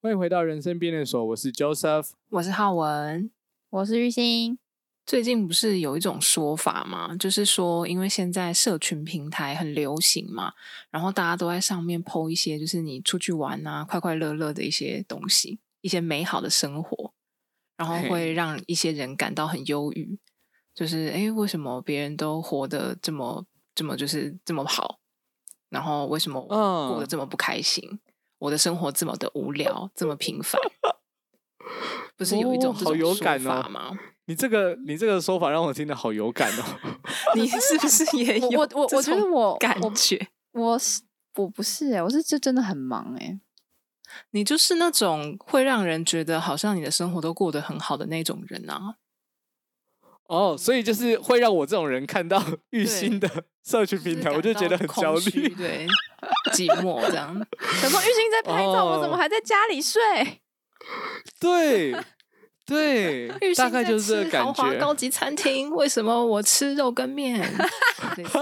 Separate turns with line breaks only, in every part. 欢迎回到人生便利所，我是 Joseph。
我是浩文。
我是玉 兴，
最近不是有一种说法吗？就是说，因为现在社群平台很流行嘛，然后大家都在上面 PO 一些，就是你出去玩啊，快快乐乐的一些东西，一些美好的生活，然后会
嘿
让一些人感到很忧郁，就是诶，为什么别人都活得这么这么就是这么好，然后为什么我过得
嗯
这么不开心？我的生活这么的无聊，这么平凡， 不是有一种
哦
这
好
种
有
说
感哦
法吗？
你这个你这个说法让我听得好有感 哦。
你是不是也有
我我我 我觉得我
感
我
觉？
我是我不是哎、我是就真的很忙哎、
你就是那种会让人觉得好像你的生活都过得很好的那种人啊。
哦，所以就是会让我这种人看 到玉兴的社群平台，我就觉得很焦
就是感到空虚
虑。
对，寂寞这样。
想说玉兴在拍照，我怎么
哦
还在家里睡？
对对，
玉
大
兴
概
在
就是这
吃
个感
豪华
觉。
高级餐厅，为什么我吃肉跟面？ 类似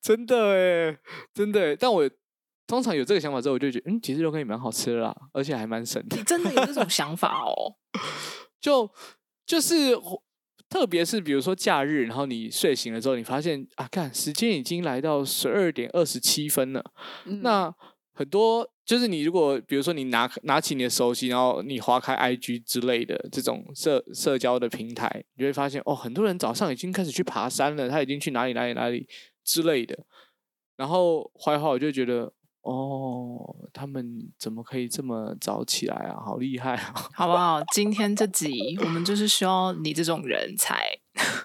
真的哎，真的耶。但我通常有这个想法之后，我就觉得，嗯，其实肉羹也蛮好吃的啦，而且还蛮省的
你。真的有这种想法哦？
就就是特别是比如说假日，然后你睡醒了之后，你发现啊，看时间已经来到十二点二十七分了。
嗯
那很多就是你如果比如说你拿拿起你的手机，然后你划开 IG 之类的这种社社交的平台，你就会发现哦，很多人早上已经开始去爬山了，他已经去哪里哪里哪里之类的。然后坏话我就觉得。哦，他们怎么可以这么早起来啊？好厉害啊！
好不好？今天这集我们就是需要你这种人才。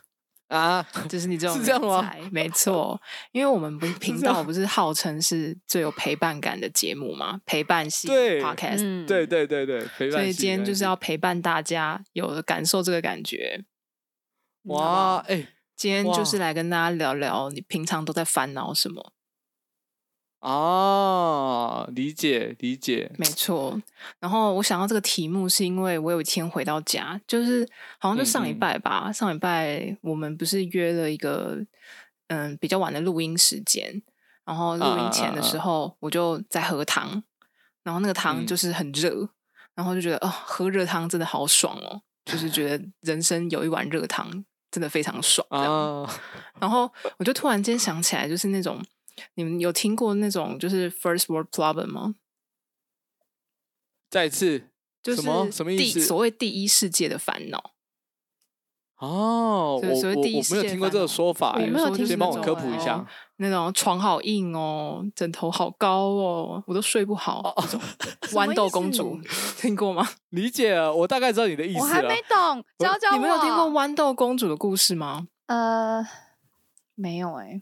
啊，
就是你这种
是这样吗
人才？没错，因为我们 不是频
这样
道不是号称是最有陪伴感的节目嘛，陪伴系
对
podcast，、
嗯
对对对对，陪伴
所以
系
今天
陪伴
就是
系
要陪伴大家，有感受这个感觉。
哇，
啊
哎、
今天就是
哇
来跟大家聊聊你平常都在烦恼什么。
啊，理解理解，
没错，然后我想到这个题目是因为我有一天回到家，就是好像就上礼
嗯嗯
拜吧，上礼拜我们不是约了一个嗯比较晚的录音时间，然
啊
后录音前的时候我就在喝汤，然后那个汤
嗯
就是很热，然后就觉得哦喝热汤真的好爽哦，就是觉得人生有一碗热汤真的非常爽这样
啊，
然后我就突然间想起来，就是那种你们有听过那种就是 first world problem 吗？
再一次
就是
什么什么意
第
思
所谓第一世界的烦恼，
哦，我
所以所
我
谓第一
我
世
没有
界
听过
烦
这个
恼
说法、
我
欸，
没有听
先帮
过
我
这
科
个
普一
欸
下。
那种床好硬哦，枕头好高哦，我都睡不好。
哦，
豌豆公主听过吗？
理解了，我大概知道你的意
我
思
还
了
没。懂，教教我。
你没有听过？豌豆公主的故事吗？
呃，没有哎、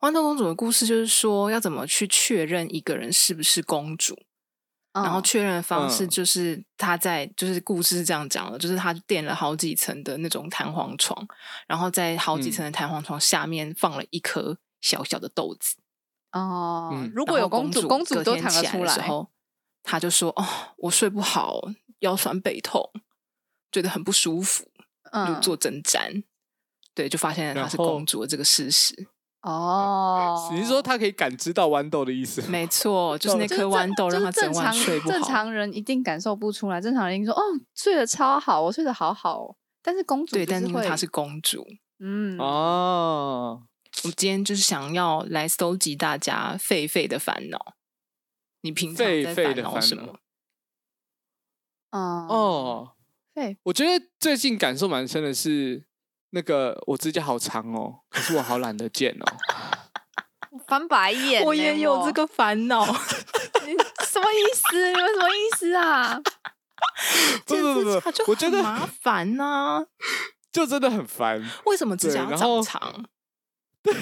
豌豆公主的故事就是说要怎么去确认一个人是不是公主，
嗯
然后确认的方式
嗯
就是她在就是故事是这样讲的，就是她垫了好几层的那种弹簧床，然后在好几
嗯
层的弹簧床下面放了一颗小小的豆子。
哦、
嗯
如果
然
有
后公
主，公主
隔
都
天
躺得
起来
出
的时
来。
候，她就说：“哦，我睡不好，腰酸背痛，觉得很不舒服，就
嗯，
做针毡。”对，就发现
然
她是
后
公主的这个事实。
哦，
你是说他可以感知到豌豆的意思吗？
没错，就是那
就
颗
正
豌豆
就
让
是
她整
正
晚
常
睡不
正
好。
常人一定感受不出来，正常人一定说哦，睡得超好，我睡得好好哦。但是公主
对，
就
但是因为
会
她是公主，
嗯
哦，
我今天就是想要来搜集大家狒狒的烦恼。你平常
狒
在
狒
烦
的
恼
烦
什
恼
么？
嗯
哦，
对，
我觉得最近感受蛮深的是，那个我指甲好长哦，可是我好懒得剪哦。
翻白眼呢，
我也有这个烦恼，
你 什么意思？你们什么意思 啊？
不
剪
不不
指甲
不
就
我觉
很
得
麻烦呐。
就真的很烦，
为什么指
对
甲要
然后
长长？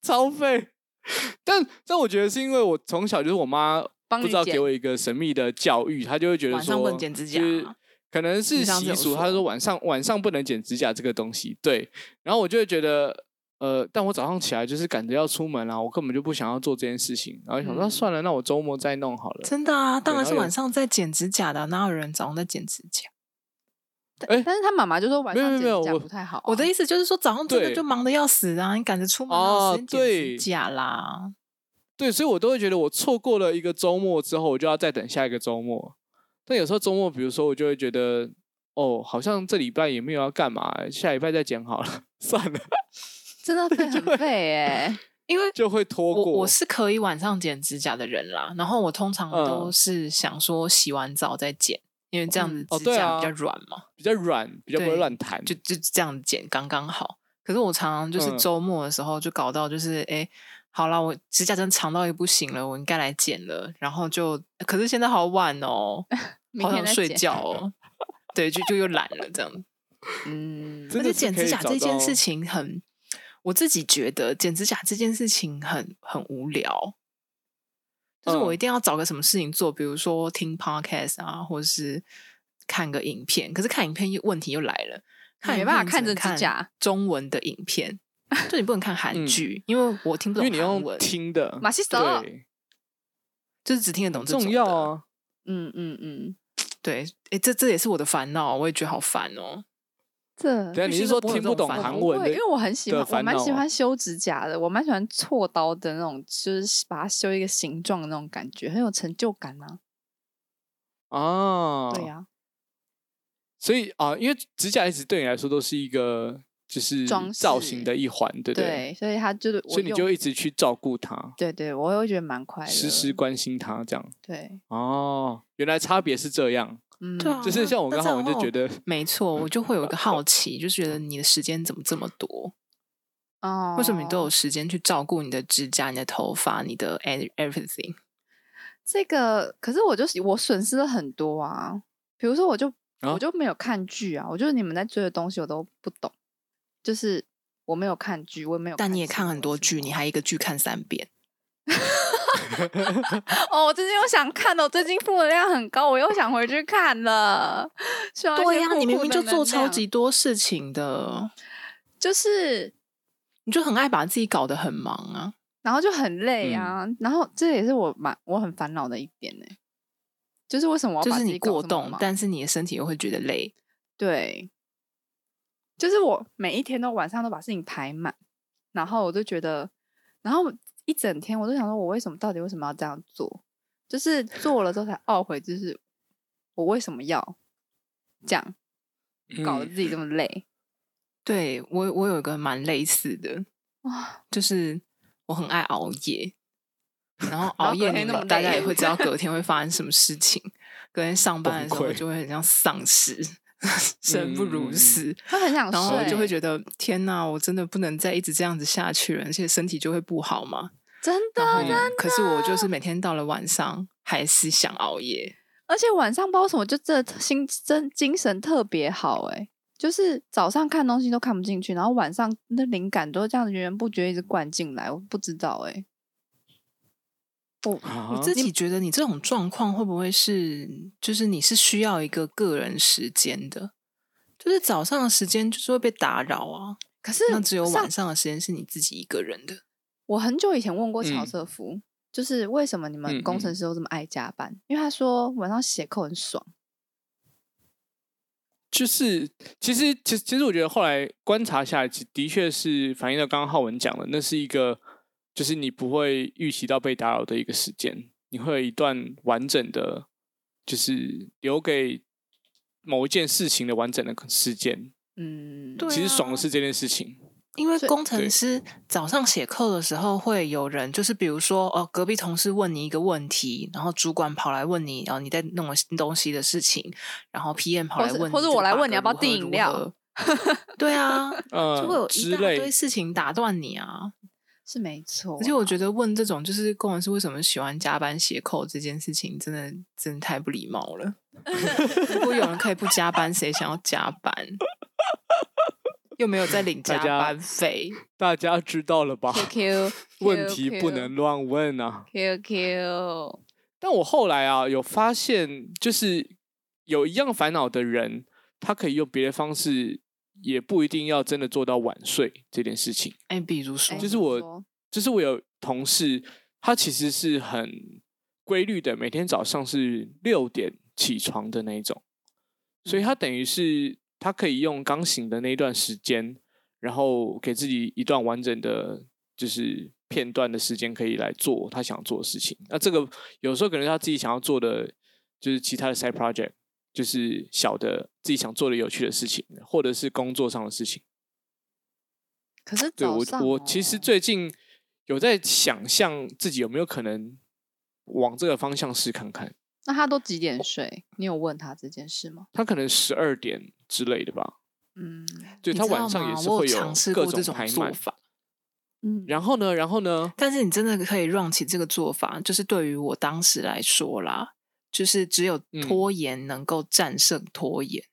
超费。 但但我觉得是因为我从小就是我妈
帮
不
你
知道给
剪
我一个神秘的教育，她就会觉得
晚
说
上不能剪指甲
就是可能是
你上次
习
有
俗，
说
她说晚上晚上不能剪指甲这个东西。对，然后我就会觉得。呃，但我早上起来就是赶着要出门啊，我根本就不想要做这件事情，然后想说、
嗯
算了，那我周末再弄好了。
真的啊，当
对
然
然
是
后有
晚上在剪指甲的啊，哪有人早上在剪指甲？
哎
但是他妈妈就说晚
没有
上
没有没有
剪指甲
我
不太好啊、
我的意思就是说，早上真的
哦对
就忙得要死啊，你赶着出门哪有
哦
时间剪指
对
甲啦？
对，所以我都会觉得我错过了一个周末之后，我就要再等下一个周末。但有时候周末，比如说我就会觉得，哦，好像这礼拜也没有要干嘛、下礼拜再剪好了，算了，
真的会很 废哎。
因为
就会拖
我
过。
我是可以晚上剪指甲的人啦，然后我通常
嗯
都是想说洗完澡再剪，因为这样子
哦
指
对
甲
啊
比较软嘛，
比较软，比较不会
对
乱弹。
就就这样剪刚刚好。可是我常常就是
嗯
周末的时候就搞到就是哎、诶好啦，我指甲真长到也不行了，我应该来剪了。然后就可是现在好晚哦，
明
好想
天再
睡
剪
觉 哦。对，就就又懒了这样。
嗯，
真
而
的
且
是
剪
可
指
以
甲
找
这件
到
事情很，我自己觉得剪指甲这件事情很很无聊，就是我
嗯
一定要找个什么事情做，比如说听 podcast 啊，或者是看个影片。可是看影片又问题又来了，看
嗯
没
影
办法
片你只
看
能
着指甲
中文的影 片，就你不能看韩
嗯
剧，因为我听不
因
懂
为你
韩
用
文，
听的，
马西手
对，
就是只听得懂
很
啊这种
重要
的。
啊。
嗯嗯嗯，
对，哎，这这也是我的烦恼，我也觉得好烦哦。
这
等下啊
必
你
须
是
都
说
不会有
听
这
不
种
懂
烦恼
韩
不
文
会，
的？
因为我很喜
的
欢，我
烦
蛮喜
恼啊
欢修指甲的，我蛮喜欢锉刀的那种，就是把它修一个形状的那种感觉，很有成就感啊。
啊，
对呀，
所以啊，因为指甲一直对你来说都是一个就是
装
造
饰
型的一环，对不对？
对，所以它就是我
所以你
用
就一直去照顾它，
对对，我会觉得蛮快乐，
时时关心它，这样。
对，
哦，原来差别是这样，
嗯，
对啊
就是像我
那
刚
这
好我
样
就
的话
觉得，
没错，我就会有一个好奇，就觉得你的时间怎么这么多？
哦，
为什么你都有时间去照顾你的指甲、你的头发、你的 e- everything？
这个？可是我就是我损失了很多啊，比如说我就
啊
我就没有看剧啊，我觉得你们在追的东西我都不懂，就是我没有看剧，我也没有，
但你也看很多剧，你还一个剧看三遍，
哦，我最近又想看了，我最近负能量很高，我又想回去看了。需要一些
呀、
负
你明
负
明
的
就
能
做超
量
级，多事情的，
就是
你就很爱把自己搞得很忙啊。
然后就很累啊，
嗯
然后这也是我蛮我很烦恼的一点呢、就是为什么我要
就
哦把
是
自
你
己搞
过
这么
动，
忙
但是你的身体又会觉得累。
对，就是我每一天都晚上都把事情排满，然后我就觉得，然后一整天我都想说，我为什么到底为什么要这样做？就是做了之后才懊悔，就是我为什么要这样搞得
嗯
自己这么累？
对我，我有一个蛮类似的，
哇，
就是我很爱熬 夜，然后熬
后
夜
隔天
你
那么
们大家
累
也会 知道隔天会发生什么事情。隔天上班的时
崩
候
溃
就会很像丧尸， 生不
嗯嗯
如
嗯
死。
会很想睡，
然后就会觉得天哪，我真的不能再一直这样子下去了，而且身体就会不好嘛。
真的
然后
真的
可是我就是每天到了晚上还是想熬夜，
而且晚上不知道为什么，就这心真精神特别好哎、就是早上看东西都看不进去，然后晚上那灵感都这样子源源不绝一直灌进来，我不知道哎、我
啊
你自己觉得你这种状况会不会是，就是你是需要一个个人时间的？就是早上的时间就是会被打扰啊，
可是
那只有
上
晚上的时间是你自己一个人的。
我很久以前问过乔
嗯
瑟夫，就是为什么你
嗯
们工程
嗯
师都这么爱加班？因为他说晚上写扣很爽。
就是其实其实其实我觉得后来观察下来，其的确是反映到刚刚浩文讲的，那是一个就是你不会预期到被打扰的一个时间，你会有一段完整的，就是留给某一件事情的完整的时间。
嗯，
对
其实爽
啊
的是这件事情，
因为
所以
工
对
程师早上写扣的时候，会有人就是比如说哦，隔壁同事问你一个问题，然后主管跑来问你，然后你在弄了东西的事情，然后 PM 跑
或
来
是
问你
或
这个 bug 如何，
是我来问你要不要订饮料
如何 对啊， 就会
呃
有
之
一大
类
堆事情打断你啊。
是没错啊。
而且我觉得问这种就是工程师为什么喜欢加班写扣这件事情，真的真的太不礼貌了。 如果有人可以不加班，谁想要加班？ 又没有在领
大
加
家
班费。
大家知道了吧？
Q Q
问题不能乱问啊。
Q Q，
但我后来啊，有发现，就是有一样烦恼的人，他可以用别的方式，也不一定要真的做到晚睡这件事情。
哎，比如说，
就是我就是我有同事，他其实是很规律的，每天早上是六点起床的那一种，所以他等于是他可以用刚醒的那一段时间，然后给自己一段完整的，就是片段的时间可以来做他想做的事情。那这个有时候可能是他自己想要做的，就是其他的 side project，就是小的自己想做的有趣的事情，或者是工作上的事情。
可是
对
早
我
上，
我其实
哦
最近有在想象自己有没有可能往这个方向试看看。
那他都几点睡？你有问他这件事吗？
他可能十二点之类的吧，
嗯
对
你
他
知道
晚上也
吗
是
我
会
尝试
各
过这
种排
做
满。
法，
嗯，
然后呢，然后呢，
但是你真的可以让起这个做法，就是对于我当时来说啦，就是只有
嗯
拖延能够战胜拖延。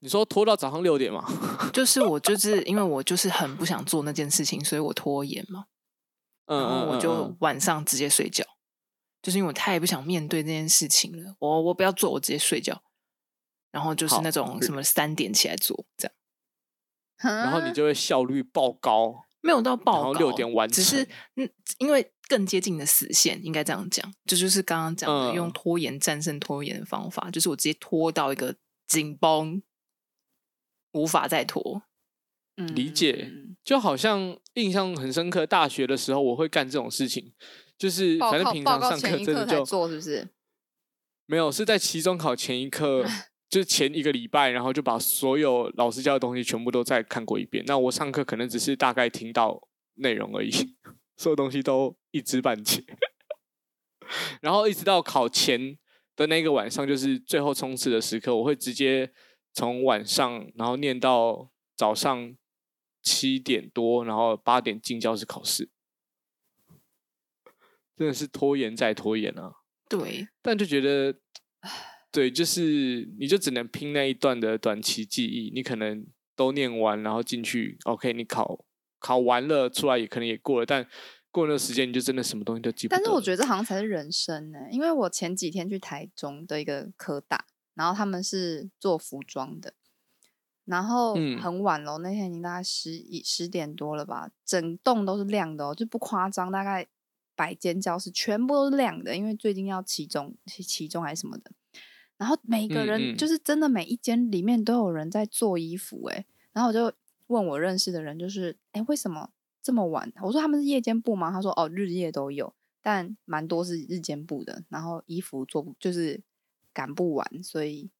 你说拖到早上六点嘛？
就是我就是因为我就是很不想做那件事情，所以我拖延嘛，
嗯
然后
嗯，
我
嗯
就
嗯
晚上直接睡觉，就是因为我太不想面对这件事情了。我我不要做，我直接睡觉。然后就是
好
那种什么三点起来做，这样
然
然
后你就会效率爆高，
没有到
然
爆
后
高，
六点完
只是
成
嗯，因为更接近你的死线，应该这样讲，这就是刚刚讲的、
嗯
用拖延战胜拖延的方法，就是我直接拖到一个紧绷，无法再拖。
理解
嗯
就好像印象很深刻，大学的时候我会干这种事情，就是
报
反
告
正平
报
常
告
上
前一
真的
才
就
做是不是？
没有，是在期中考前一刻，就是前一个礼拜，然后就把所有老师教的东西全部都再看过一遍。那我上课可能只是大概听到内容而已， 所有东西都一知半解。 然后一直到考前的那个晚上，就是最后冲刺的时刻，我会直接从晚上，然后念到早上七点多，然后八点进教室考试。真的是拖延再拖延啊！
对，
但就觉得，对，就是你就只能拼那一段的短期记忆，你可能都念完，然后进去，OK，你考考完了出来也可能也过了，但过了那个时间你就真的什么东西都记不得
但
了。
是我觉得这好像才是人生呢、因为我前几天去台中的一个科大，然后他们是做服装的，然后
嗯
很晚喽，那天已经大概十一十点多了吧，整栋都是亮的哦，就不夸张，大概百间教室全部都是亮的，因为最近要期中期期中还是什么的，然后每一个
嗯
人、
嗯
就是真的每一间里面都有人在做衣服哎、然后我就问我认识的人，就是哎为什么这么晚？我说他们是夜间部吗？他说哦日夜都有，但蛮多是日间部的，然后衣服做不就是赶不完，所以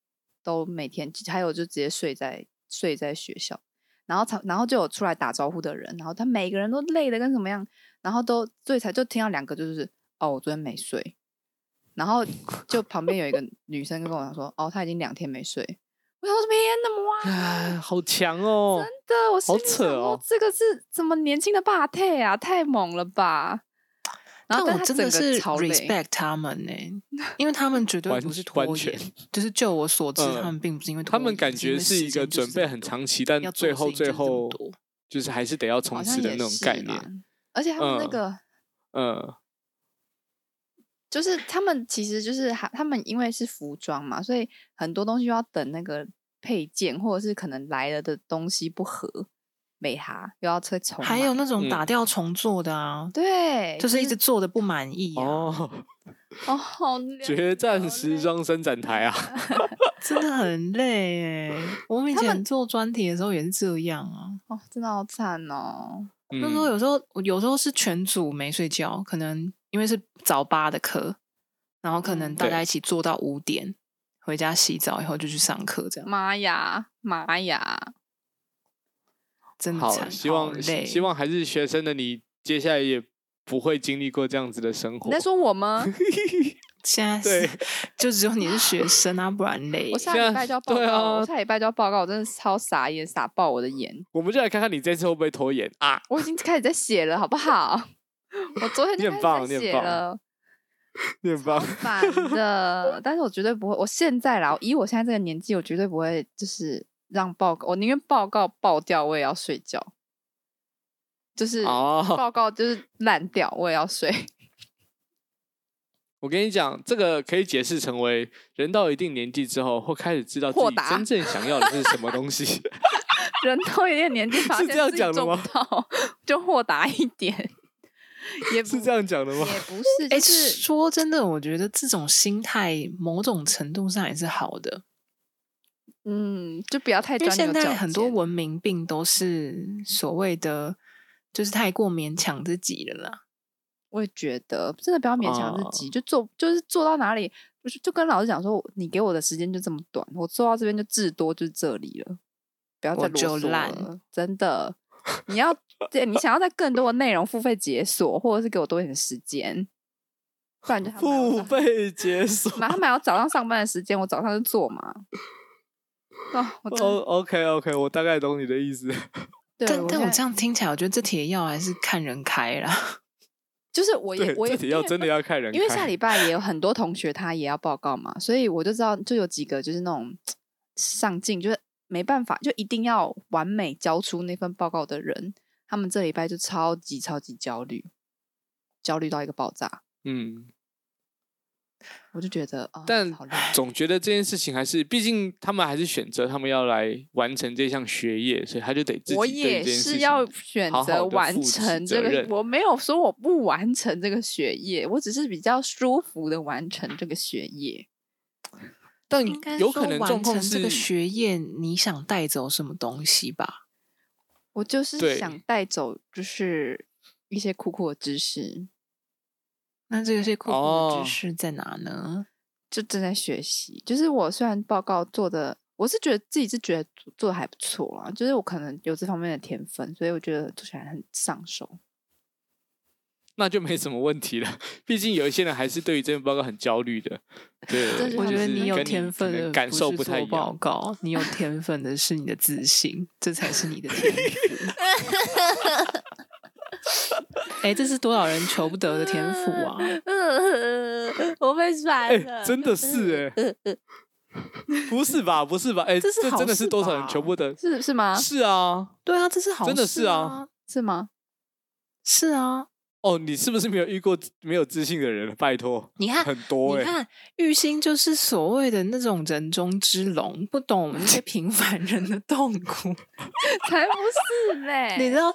都每天还有就直接睡在睡在学校，然后才然后就有出来打招呼的人，然后他每个人都累的跟什么样，然后都最才就听到两个就是哦我昨天没睡，然后就旁边有一个女生跟我讲说哦她已经两天没睡，我想说天哪哇！
啊， 好强哦！
真的，我心
好
里想
扯
说
哦
这个是怎么年轻的霸退啊？太猛了吧！然
但
后但
我
他
真的
整个
是
超累
respect 他 们呢、因为他们绝对
完
不是
完
拖延
全。
就是就我所知，
嗯
他们并不是因为拖
他
延
们感
只因
觉
为时
是一个
间就是
准备很
这么多
长期，但
要做
最
的事
后
情就
最
是这么
后
多
就是还是得要
好
冲
像
刺的
也
那种
是
啊
概
啦
念。。
而且他们那
嗯
个、
嗯，
就是他们其实就是还他们因为是服装嘛，所以很多东西又要等那个配件或者是可能来了的东西不合，美哈又要再重买。
还有那
嗯
种打掉重做的啊，
对，
就是一直做的不满意啊，
哦，
哦，好累
决
好
战时
累
装伸展台啊，
真的很累 哎、我以
他们
前做专题的时候也是这样啊。
哦，真的好惨哦。
那
嗯
时候有时候我有时候是全组没睡觉，可能因为是早八的课，然后可能
嗯
大家
对
一起做到五点，回家洗澡以后就去上课，这样
妈呀，妈呀！
真的
好，
惨，
希
好
望
累，
希希望还是学生的你，接下来也不会经历过这样子的生活。
你在说 我吗？
现在
对
是就只有你是学生啊，不 然累
我。下
现
礼
在
拜就要报告
对
了，我
啊
下礼拜就要报告，我真的是超傻眼，傻爆我的眼。
我们就来看看你这次会不会拖延啊？
我已经开始在写了，好不好？ 我昨天
你
就
很
开始
棒你
在
很
写
棒
了。
面包
超烦的，但是我绝对不会。我现在啦，以我现在这个年纪，我绝对不会就是让报告，我宁愿报告爆掉，我也要睡觉。就是、
哦，
报告就是烂掉，我也要睡。
我跟你讲，这个可以解释成为人到一定年纪之后，会开始知道自
豁
己
达
真正想要的是什么东 西。
人到一定年纪，发
是
现
这样
自己
讲的
做不
吗
到，就豁达一点。也不
是这样讲的 吗？
也不是，
哎、
就是
说真的，我觉得这种心态某种程度上也是好的，
嗯，就不要太
因为
钻牛
现
角
在
尖。啊
很多文明病都是所谓的就是太过勉强自己了啦。
我也觉得真的不要勉强
哦
自己，就做就是做到哪里，就是就跟老师讲说，你给我的时间就这么短，我做到这边就至多就是这里了，不要再
我
啰
就
嗦
懒
了，真的。你要对你想要在更多的内容付费解锁，或者是给我多一点时间，不然就他们
付费解锁。
马上买有早上上班的时间，我早上就 做嘛。啊，我真
哦、o k OK，我大概懂你的意思。
但
对，
但我
现在
这样听起来，我觉得这铁药还是看人开啦。
就是我也
对，
我也
这题要真的要看人开，
因为下礼拜也有很多同学他也要报告嘛，所以我就知道就有几个就是那种上进，就是没办法，就一定要完美交出那份报告的人，他们这礼拜就超级超级焦虑，焦虑到一个爆炸。
嗯，
我就觉得啊，
但
好累
总觉得这件事情还是，毕竟他们还是选择他们要来完成这项学业，所以他就得自己
我
对于
也
这件事
是
情
要选
好
择
好地
完
负起
成这
责
个
任，
我没有说我不完成这个学业，我只是比较舒服的完成这个学业。
但
应该
有
说
可能状
完
况
成
是
这个学业，你想带走什么东西吧？
我就是
对
想带走，就是一些酷酷的知识，
那这些酷酷的
哦
知识在哪呢？
就正在学习。就是我虽然报告做的，我是觉得自己是觉得做的还不错啦，就是我可能有这方面的天分，所以我觉得做起来很上手。
那就没什么问题了。毕竟有一些人还是对于这份报告很焦虑的。
这
对，啊
就
我
是
觉得
跟
你有
跟
天分
可
的
能感受
不
不
是
太
做
一
报
样。
告， 你有天分的是你的自信，这才是你的天 赋。哎、这是多少人求不得的天赋 啊！
我被甩
哎、真的是哎、不是吧？不是吧？哎、
这是好
真的
事
是多少
吧
人求不得？
是是吗？
是啊，
对啊，这是好、
真的是
是
啊，
是吗？
是啊。
哦，你是不是没有遇过没有自信的人？拜托，
你看，
很多
你
哎、
看，玉兴就是所谓的那种人中之龙，不懂我们这些平凡人的痛苦。
才不是
哎
嘞！
你知道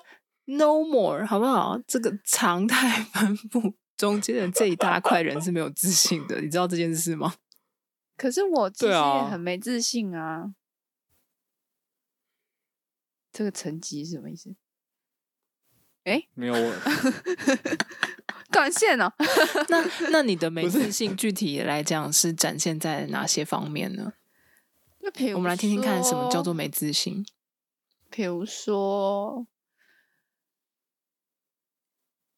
no more 好不好？这个常态分布中间的这一大块人是没有自信的，你知道这件事吗？
可是我其实
对
也
啊
很没自信啊。这个成绩是什么意思？
没有我，
断线哦呢、
那那你的没
不是
自信具体来讲是展现在哪些方面呢？
就比如
我们来听听看什么叫
说
做没自信。
比如说，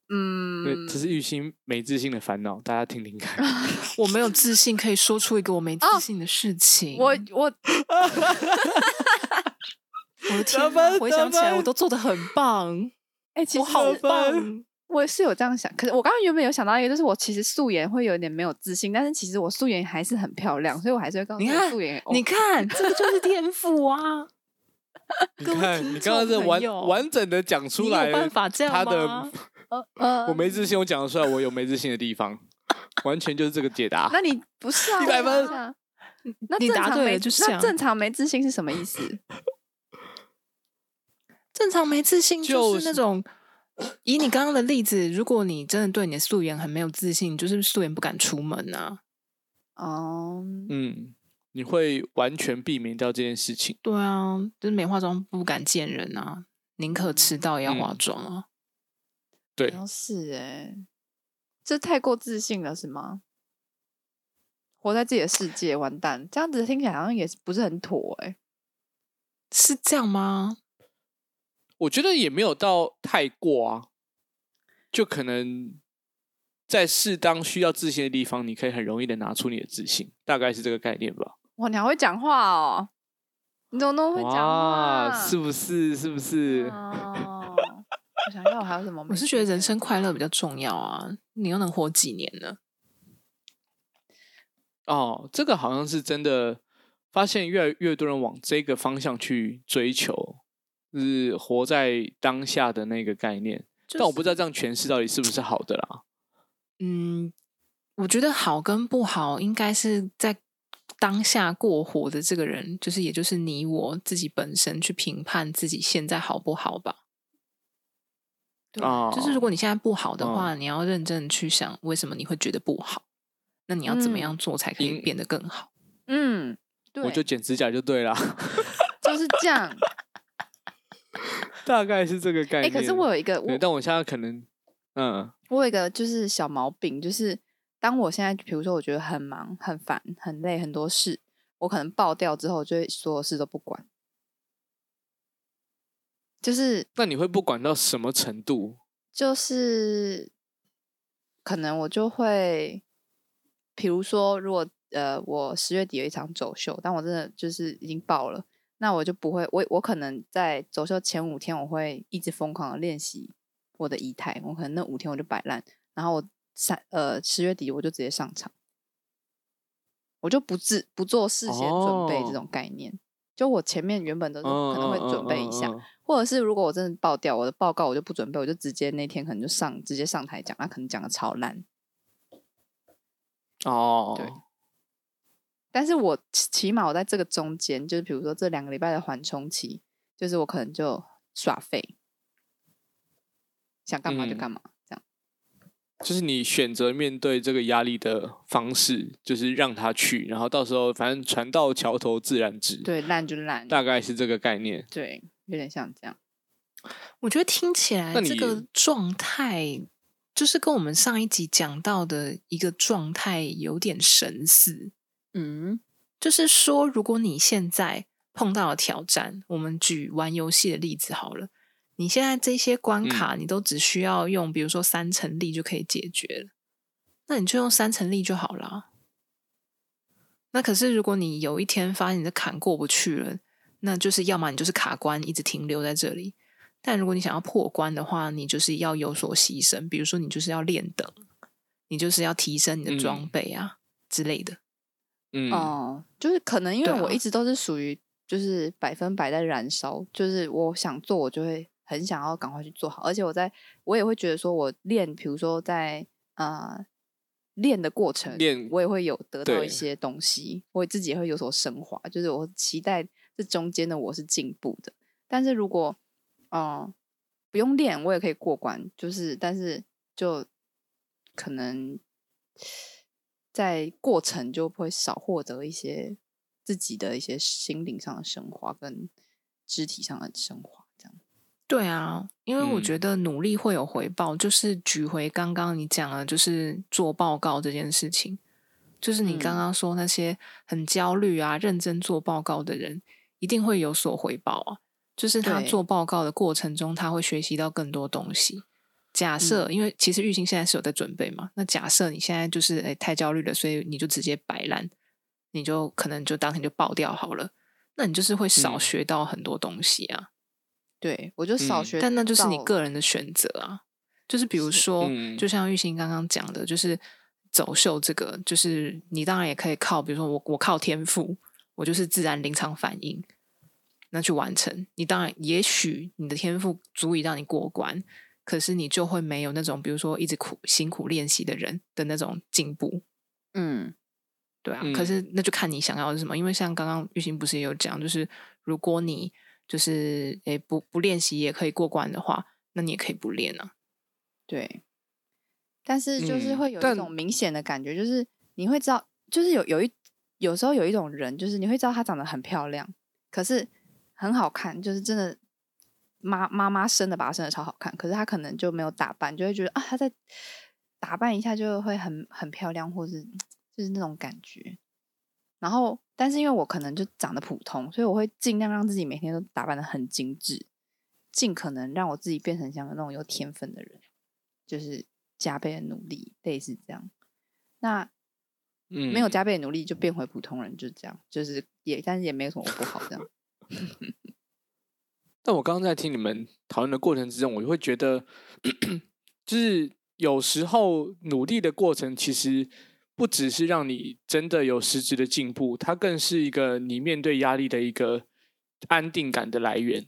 嗯
对，，这是玉兴没自信的烦恼，大家听听看。
我没有自信，可以说出一个我没
哦
自信的事情。
我我
我的天
打扮
哪！回想起来，
打扮
我都做的很 棒，嗯
哎、其
我
实
好
打扮
棒。
我是有这样想，可是我刚刚原本有想到一个，就是我其实素颜会有点没有自信，但是其实我素颜还是很漂亮，所以我还是会告诉
你
我
看
素颜
哦
哦 OK。
你看，这个就是天赋啊！
你
各位
看，
听
你刚刚
众
这
朋
完
友
完整的讲 出
你
来
有
了，
办法这样
他的
吗？
呃呃，
我没自信，我讲得出来，我有没自信的地 方，完全就是这个解答。
那你不是啊？
一百
我想
分
想那
你
正
答
常
对
没
了就是啊这
那
样
正常没自信是什么 意思？
正常没自信
就
就是那
是
种，呃以你刚刚的例子，如果你真的对你的素颜很没有自信，就是素颜不敢出门啊。
哦、
嗯，你会完全避免掉这件事情。
对啊，就是没化妆不敢见人啊，宁可迟到也要化
嗯
妆啊。
对
哦
好，像是哎、这太过自信了是吗？活在自己的世界，完蛋！这样子听起来好像也是不是很妥哎、
是这样吗？
我觉得也没有到太过啊，就可能在适当需要自信的地方，你可以很容易的拿出你的自信，大概是这个概念吧。
哇，你好会讲话哦！你怎么那么会讲话？啊
哇， 是不是？是不是？
嗯
哦，我想一下，我还有什 么？
我是觉得人，生快乐比较重要啊，你又能活几年呢？
哦，这个好像是真的，发现越来越多人往这个方向去追求，就是活在当下的那个概念。但我不知道这样诠释到底是不是好的啦。
嗯，我觉得好跟不好，应该是在当下过活的这个人，就是也就是你我自己本身去评判自己现在好不好吧。对
嗯
哦
就是如果你现在不好的话，你要认真地去想为什么你会觉得不好，那你要怎么
嗯
样做才可以
因
变得更好？
嗯，对，
我就剪指甲就对啦。
就是这样。
大概是这个概
哎、
念。
可是我有一个，
对，
我
但我现在可能，嗯，
我有一个就是小毛病，就是当我现在比如说我觉得很忙、很烦、很累、很多事，我可能爆掉之后，我就会所有事都不管，就是
那你会不管到什么程度？
就是可能我就会，比如说，如果呃我十月底有一场走秀，但我真的就是已经爆了，那我就不会，我我可能在走秀前五天，我会一直疯狂的练习我的仪态，我可能那五天我就摆烂，然后我三呃十月底我就直接上场，我就不自不做事先准备
哦
这种概念。就我前面原本都是
嗯，
呃可能会
嗯
准备一下，
嗯嗯嗯
或者是如果我真的爆掉，我的报告我就不准备，我就直接那天可能就上直接上台讲，他啊可能讲的超烂。
哦，
对但是我起起码我在这个中间，就是比如说这两个礼拜的缓冲期，就是我可能就耍废，想干嘛就
嗯
干嘛，这样。
就是你选择面对这个压力的方式，就是让他去，然后到时候反正船到桥头自然直，，
对，烂就烂，
大概是这个概念。
对，有点像这样。
我觉得听起来
那
这
你
个状态，就是跟我们上一集讲到的一个状态有点神似。
嗯，
就是说，如果你现在碰到了挑战，我们举玩游戏的例子好了，你现在这些关卡，你都只需要用，比如说三成力就可以解决了，那你就用三成力就好啦。那可是，如果你有一天发现你的坎过不去了，那就是要么你就是卡关，一直停留在这里；但如果你想要破关的话，你就是要有所牺牲，比如说你就是要练等，你就是要提升你的装
嗯
备啊、之类的。
嗯，
哦、就是可能因为
对啊
我一直都是属于就是百分百在燃烧，就是我想做我就会很想要赶快去做好，而且我在我也会觉得说我练，比如说在呃练的过程，
练
我也会有得到
对
一些东西，我自己也会有所升华，就是我期待这中间的我是进步的，但是如果嗯、呃不用练我也可以过关，就是但是就可能在过程就会少获得一些自己的一些心灵上的升华跟肢体上的升华，这样。
对啊，因为我
嗯
觉得努力会有回报，就是举回刚刚你讲的，就是做报告这件事情，就是你刚
嗯
刚说那些很焦虑啊、认真做报告的人，一定会有所回报啊。就是他
对
做报告的过程中，他会学习到更多东西。假设，因为其实玉兴现在是有在准备嘛，那假设你现在就是哎太焦虑了，所以你就直接摆烂，你就可能就当天就爆掉好了，那你就是会少
嗯
学到很多东西啊。
对我就少
嗯
学到、
但那就是你个人的选择啊。就是比如
是
说，
嗯
就像玉兴刚刚讲的，就是走秀这个，就是你当然也可以靠，比如说我我靠天赋，我就是自然临场反应，那去完成。你当然也许你的天赋足以让你过关，可是你就会没有那种比如说一直苦辛苦练习的人的那种进步。
嗯
对啊，
嗯
可是那就看你想要的是什么，因为像刚刚玉兴不是也有讲，就是如果你就是诶不不练习也可以过关的话，那你也可以不练啊。
对，但是就是
嗯
会有一
但
种明显的感觉，就是你会知道，就是有有一有时候有一种人，就是你会知道她长得很漂亮，可是很好看，就是真的妈妈妈生的，把她生的超好看，可是她可能就没有打扮，就会觉得啊，她在打扮一下就会很很漂亮，或是就是那种感觉。然后，但是因为我可能就长得普通，所以我会尽量让自己每天都打扮的很精致，尽可能让我自己变成像那种有天分的人，就是加倍的努力，类似这样。那
嗯
没有加倍的努力就变回普通人，就这样，就是也，但是也没有什么不好这样。
但我刚刚在听你们讨论的过程之中，我就会觉得，就是有时候努力的过程其实不只是让你真的有实质的进步，它更是一个你面对压力的一个安定感的来源。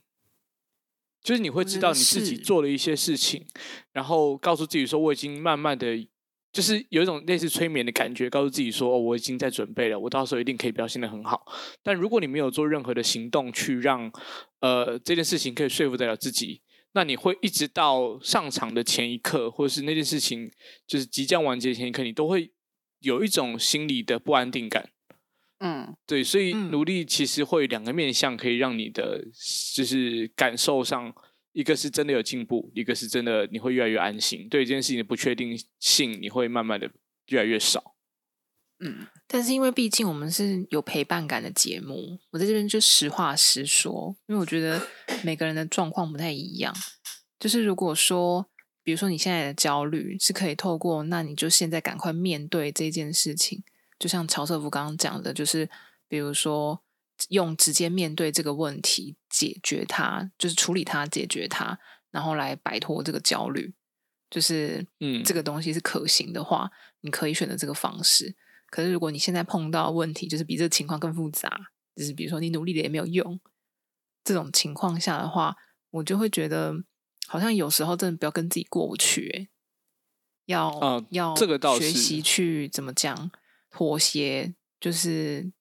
就是你会
我
知
觉
道
得
你自己
是
做了一些事情，然后告诉自己说我已经慢慢的，就是有一种类似催眠的感觉，告诉自己说、哦、我已经在准备了，我到时候一定可以表现的很好。但如果你没有做任何的行动去让呃这件事情可以说服得了自己，那你会一直到上场的前一刻，或是那件事情就是即将完结的前一刻，你都会有一种心理的不安定感。
嗯，
对，所以
嗯
努力其实会有两个面向，可以让你的就是感受上一个是真的有进步，一个是真的你会越来越安心，对一件事情的不确定性你会慢慢的越来越少。
嗯，
但是因为毕竟我们是有陪伴感的节目，我在这边就实话实说，因为我觉得每个人的状况不太一样。就是如果说，比如说你现在的焦虑是可以透过，那你就现在赶快面对这件事情，就像乔瑟夫刚刚讲的，就是比如说用直接面对这个问题解决它，就是处理它、解决它，然后来摆脱这个焦虑。就是，
嗯
这个东西是可行的话，你可以选择这个方式。可是如果你现在碰到的问题，就是比这个情况更复杂，就是比如说你努力了也没有用，这种情况下的话，我就会觉得好像有时候真的不要跟自己过不去、欸，要、
啊
要
这个倒
学
是
习去怎么讲妥协，就是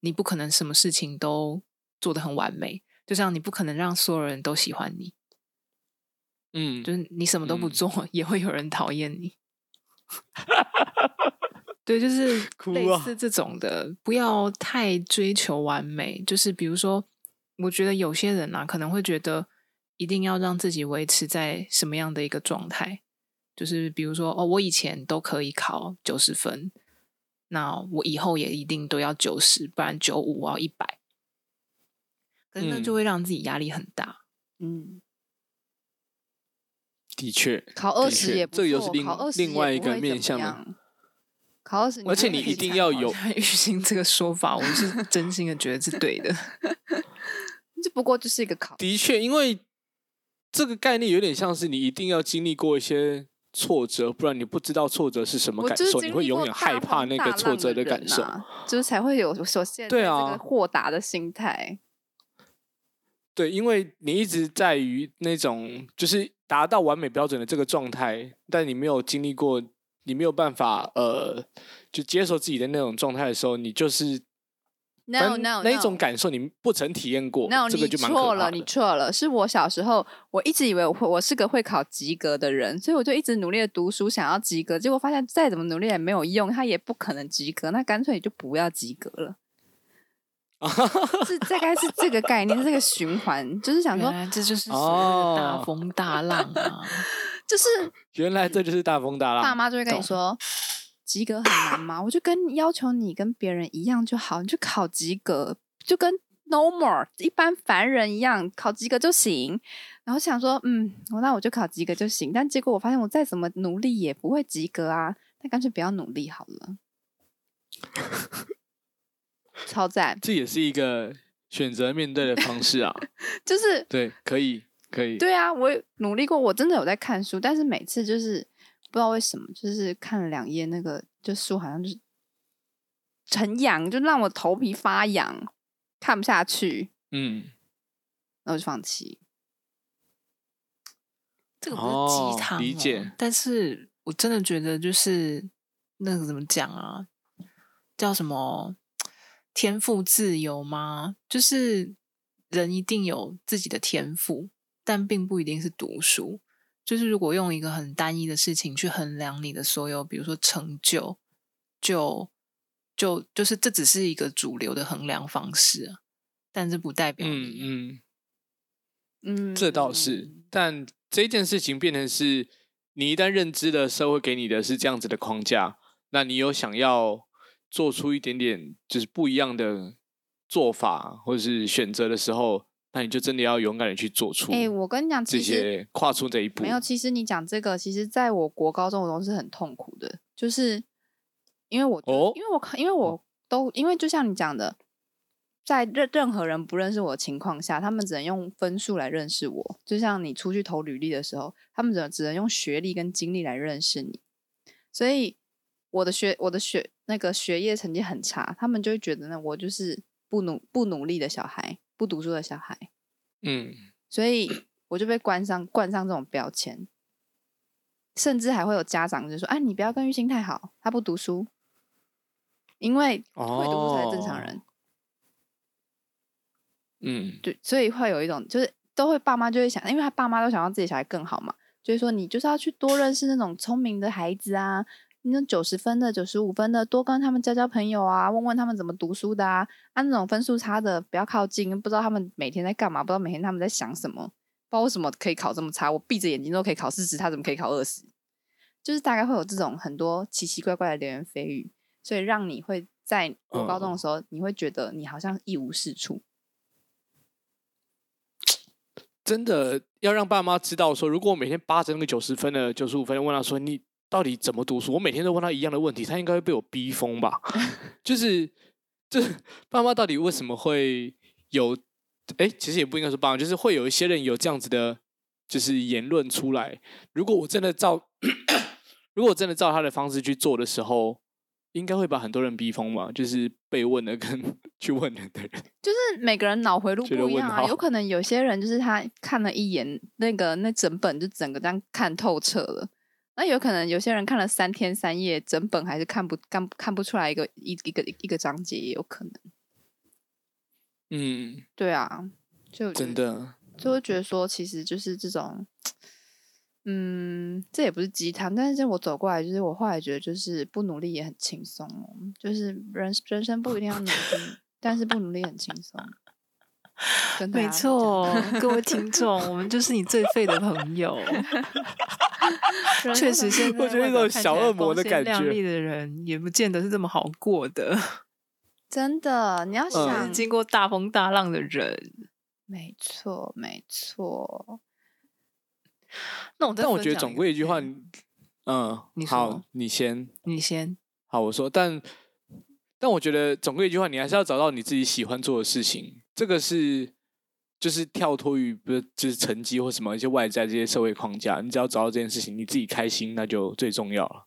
你不可能什么事情都做得很完美，就像你不可能让所有人都喜欢你，
嗯，
就是你什么都不
嗯
做，也会有人讨厌你。对，就是
哭
类
啊
似这种的，不要太追求完美。就是比如说，我觉得有些人啊，可能会觉得一定要让自己维持在什么样的一个状态，就是比如说，哦，我以前都可以考九十分，那我以后也一定都要九十，不然九五我要一百。可是那
嗯
就会让自己压力很大。
嗯，
的确，
考
呃的
二十
确
也不
这个又是
错
另
考20
另
也
外
不
一个
会怎
面
么
向的
样。考二十，
而且你一定要有
玉兴这个说法，我是真心的觉得是对的。
这不过就是一个考，
的确，因为这个概念有点像是你一定要经历过一些挫折，不然你不知道挫折是什么
我
感
就是
受，你
经
会
历
永
过
远
大
害
风
怕那
大
个
浪
挫
的
折的感
人
受。
啊就是才会有所现在
对
这
啊
个豁达的心态。
对，因为你一直在于那种就是达到完美标准的这个状态，但你没有经历过，你没有办法呃，就接受自己的那种状态的时候，你就是。
No,
反正
no,
那一种
no.
感受你不曾体验过
no，
这个
你
就蛮可
错
怕
了，
的
你错了。是我小时候，我一直以为我会，我是个会考及格的人，所以我就一直努力的读书，想要及格。结果发现再怎么努力也没有用，他也不可能及格，那干脆你就不要及格 了。是大概是这个概念，是这个循环，就是 想说
原，来这就是所谓的大
哦
风大浪啊！
就是
原来这就是大风大浪。
嗯爸妈就会跟你
懂
说。及格很难吗？我就跟要求你跟别人一样就好，你就考及格，就跟 normal 一般凡人一样，考及格就行。然后想说，嗯，我那我就考及格就行。但结果我发现我再怎么努力也不会及格啊，那干脆不要努力好了。 超赞，
这也是一个选择面对的方式啊。
就是
对，可以，可以。
对啊，我也努力过，我真的有在看书，但是每次就是不知道为什么，就是看了两页那个就书，好像就是很痒，就让我头皮发痒，看不下去，
嗯，
然后我就放弃。
这个不是鸡
哦
汤、
理解。
但是我真的觉得，就是那个怎么讲啊？叫什么天赋自由吗？就是人一定有自己的天赋，但并不一定是读书。就是如果用一个很单一的事情去衡量你的所有，比如说成就，就就就是这只是一个主流的衡量方式啊，但这不代表
嗯
你
嗯，
嗯，
这倒是。但这件事情变成是，你一旦认知了社会给你的是这样子的框架，那你有想要做出一点点就是不一样的做法或者是选择的时候，那你就真的要勇敢的去做出。
哎、我跟你讲，
这
其实
些跨出这一步，
没有，其实你讲这个，其实在我国高中我都是很痛苦的，就是因为我就，
哦
因为我看，因为我都，因为就像你讲的，在任任何人不认识我的情况下，他们只能用分数来认识我。就像你出去投履历的时候，他们只能只能用学历跟经历来认识你。所以我的学我的学那个学业成绩很差，他们就会觉得呢，我就是不努不努力的小孩，不读书的小孩。
嗯，
所以我就被冠上冠上这种标签，甚至还会有家长就说：“啊，你不要跟玉兴太好，他不读书，因为会读书才是正常人。
哦嗯，
对，所以会有一种就是都会爸妈就会想，因为他爸妈都想让自己小孩更好嘛，就是说你就是要去多认识那种聪明的孩子啊，那九十分的、九十五分的，多跟他们交交朋友啊，问问他们怎么读书的啊啊，按、那种分数差的不要靠近，不知道他们每天在干嘛，不知道每天他们在想什么，不知不知道为什么可以考这么差，我闭着眼睛都可以考四十，他怎么可以考二十？就是大概会有这种很多奇奇怪怪的流言蜚语，所以让你会在我高中的时候，你会觉得你好像一无是处。
真的要让爸妈知道说，如果我每天扒着那个九十分的、九十五分，问他说你到底怎么读书，我每天都问他一样的问题，他应该会被我逼疯吧？ 就是，就是爸妈到底为什么会有？哎，其实也不应该说爸妈，就是会有一些人有这样子的，就是言论出来。如果我真的照， 如果我真的照他的方式去做的时候，应该会把很多人逼疯吧？就是被问的跟 去问人的人，
就是每个人脑回路
觉得
不一样
问
啊，
号
有可能有些人就是他看了一眼那个那整本就整个这样看透彻了，那有可能有些人看了三天三夜，整本还是看不看看不出来一个一一个一个章节也有可能。
嗯，
对啊，就我觉
真
得，
的。
就会觉得说其实就是这种，嗯，这也不是鸡汤，但是我走过来就是我后来觉得就是不努力也很轻松哦，就是人人生不一定要努力，但是不努力很轻松。啊跟大
没
家讲
错，各位听众，我们就是你最废的朋友。确实，现在
我觉得
外
那
表
种
看起
小
来
恶魔
光
的
鲜
感
亮
觉
丽的人也不见得是这么好过的，
真的，你要
嗯
是
想，
经过大风大浪的人。
没错，没错，
那我再
但我
分
觉得
享
总
一
归
个
一句话，
嗯
你嗯，
你说
好，你先，
你先
好，我说，但但我觉得总归一句话，你还是要找到你自己喜欢做的事情，这个是就是跳脱于不是就是成绩或什么一些外在这些社会框架，你只要找到这件事情，你自己开心那就最重要了。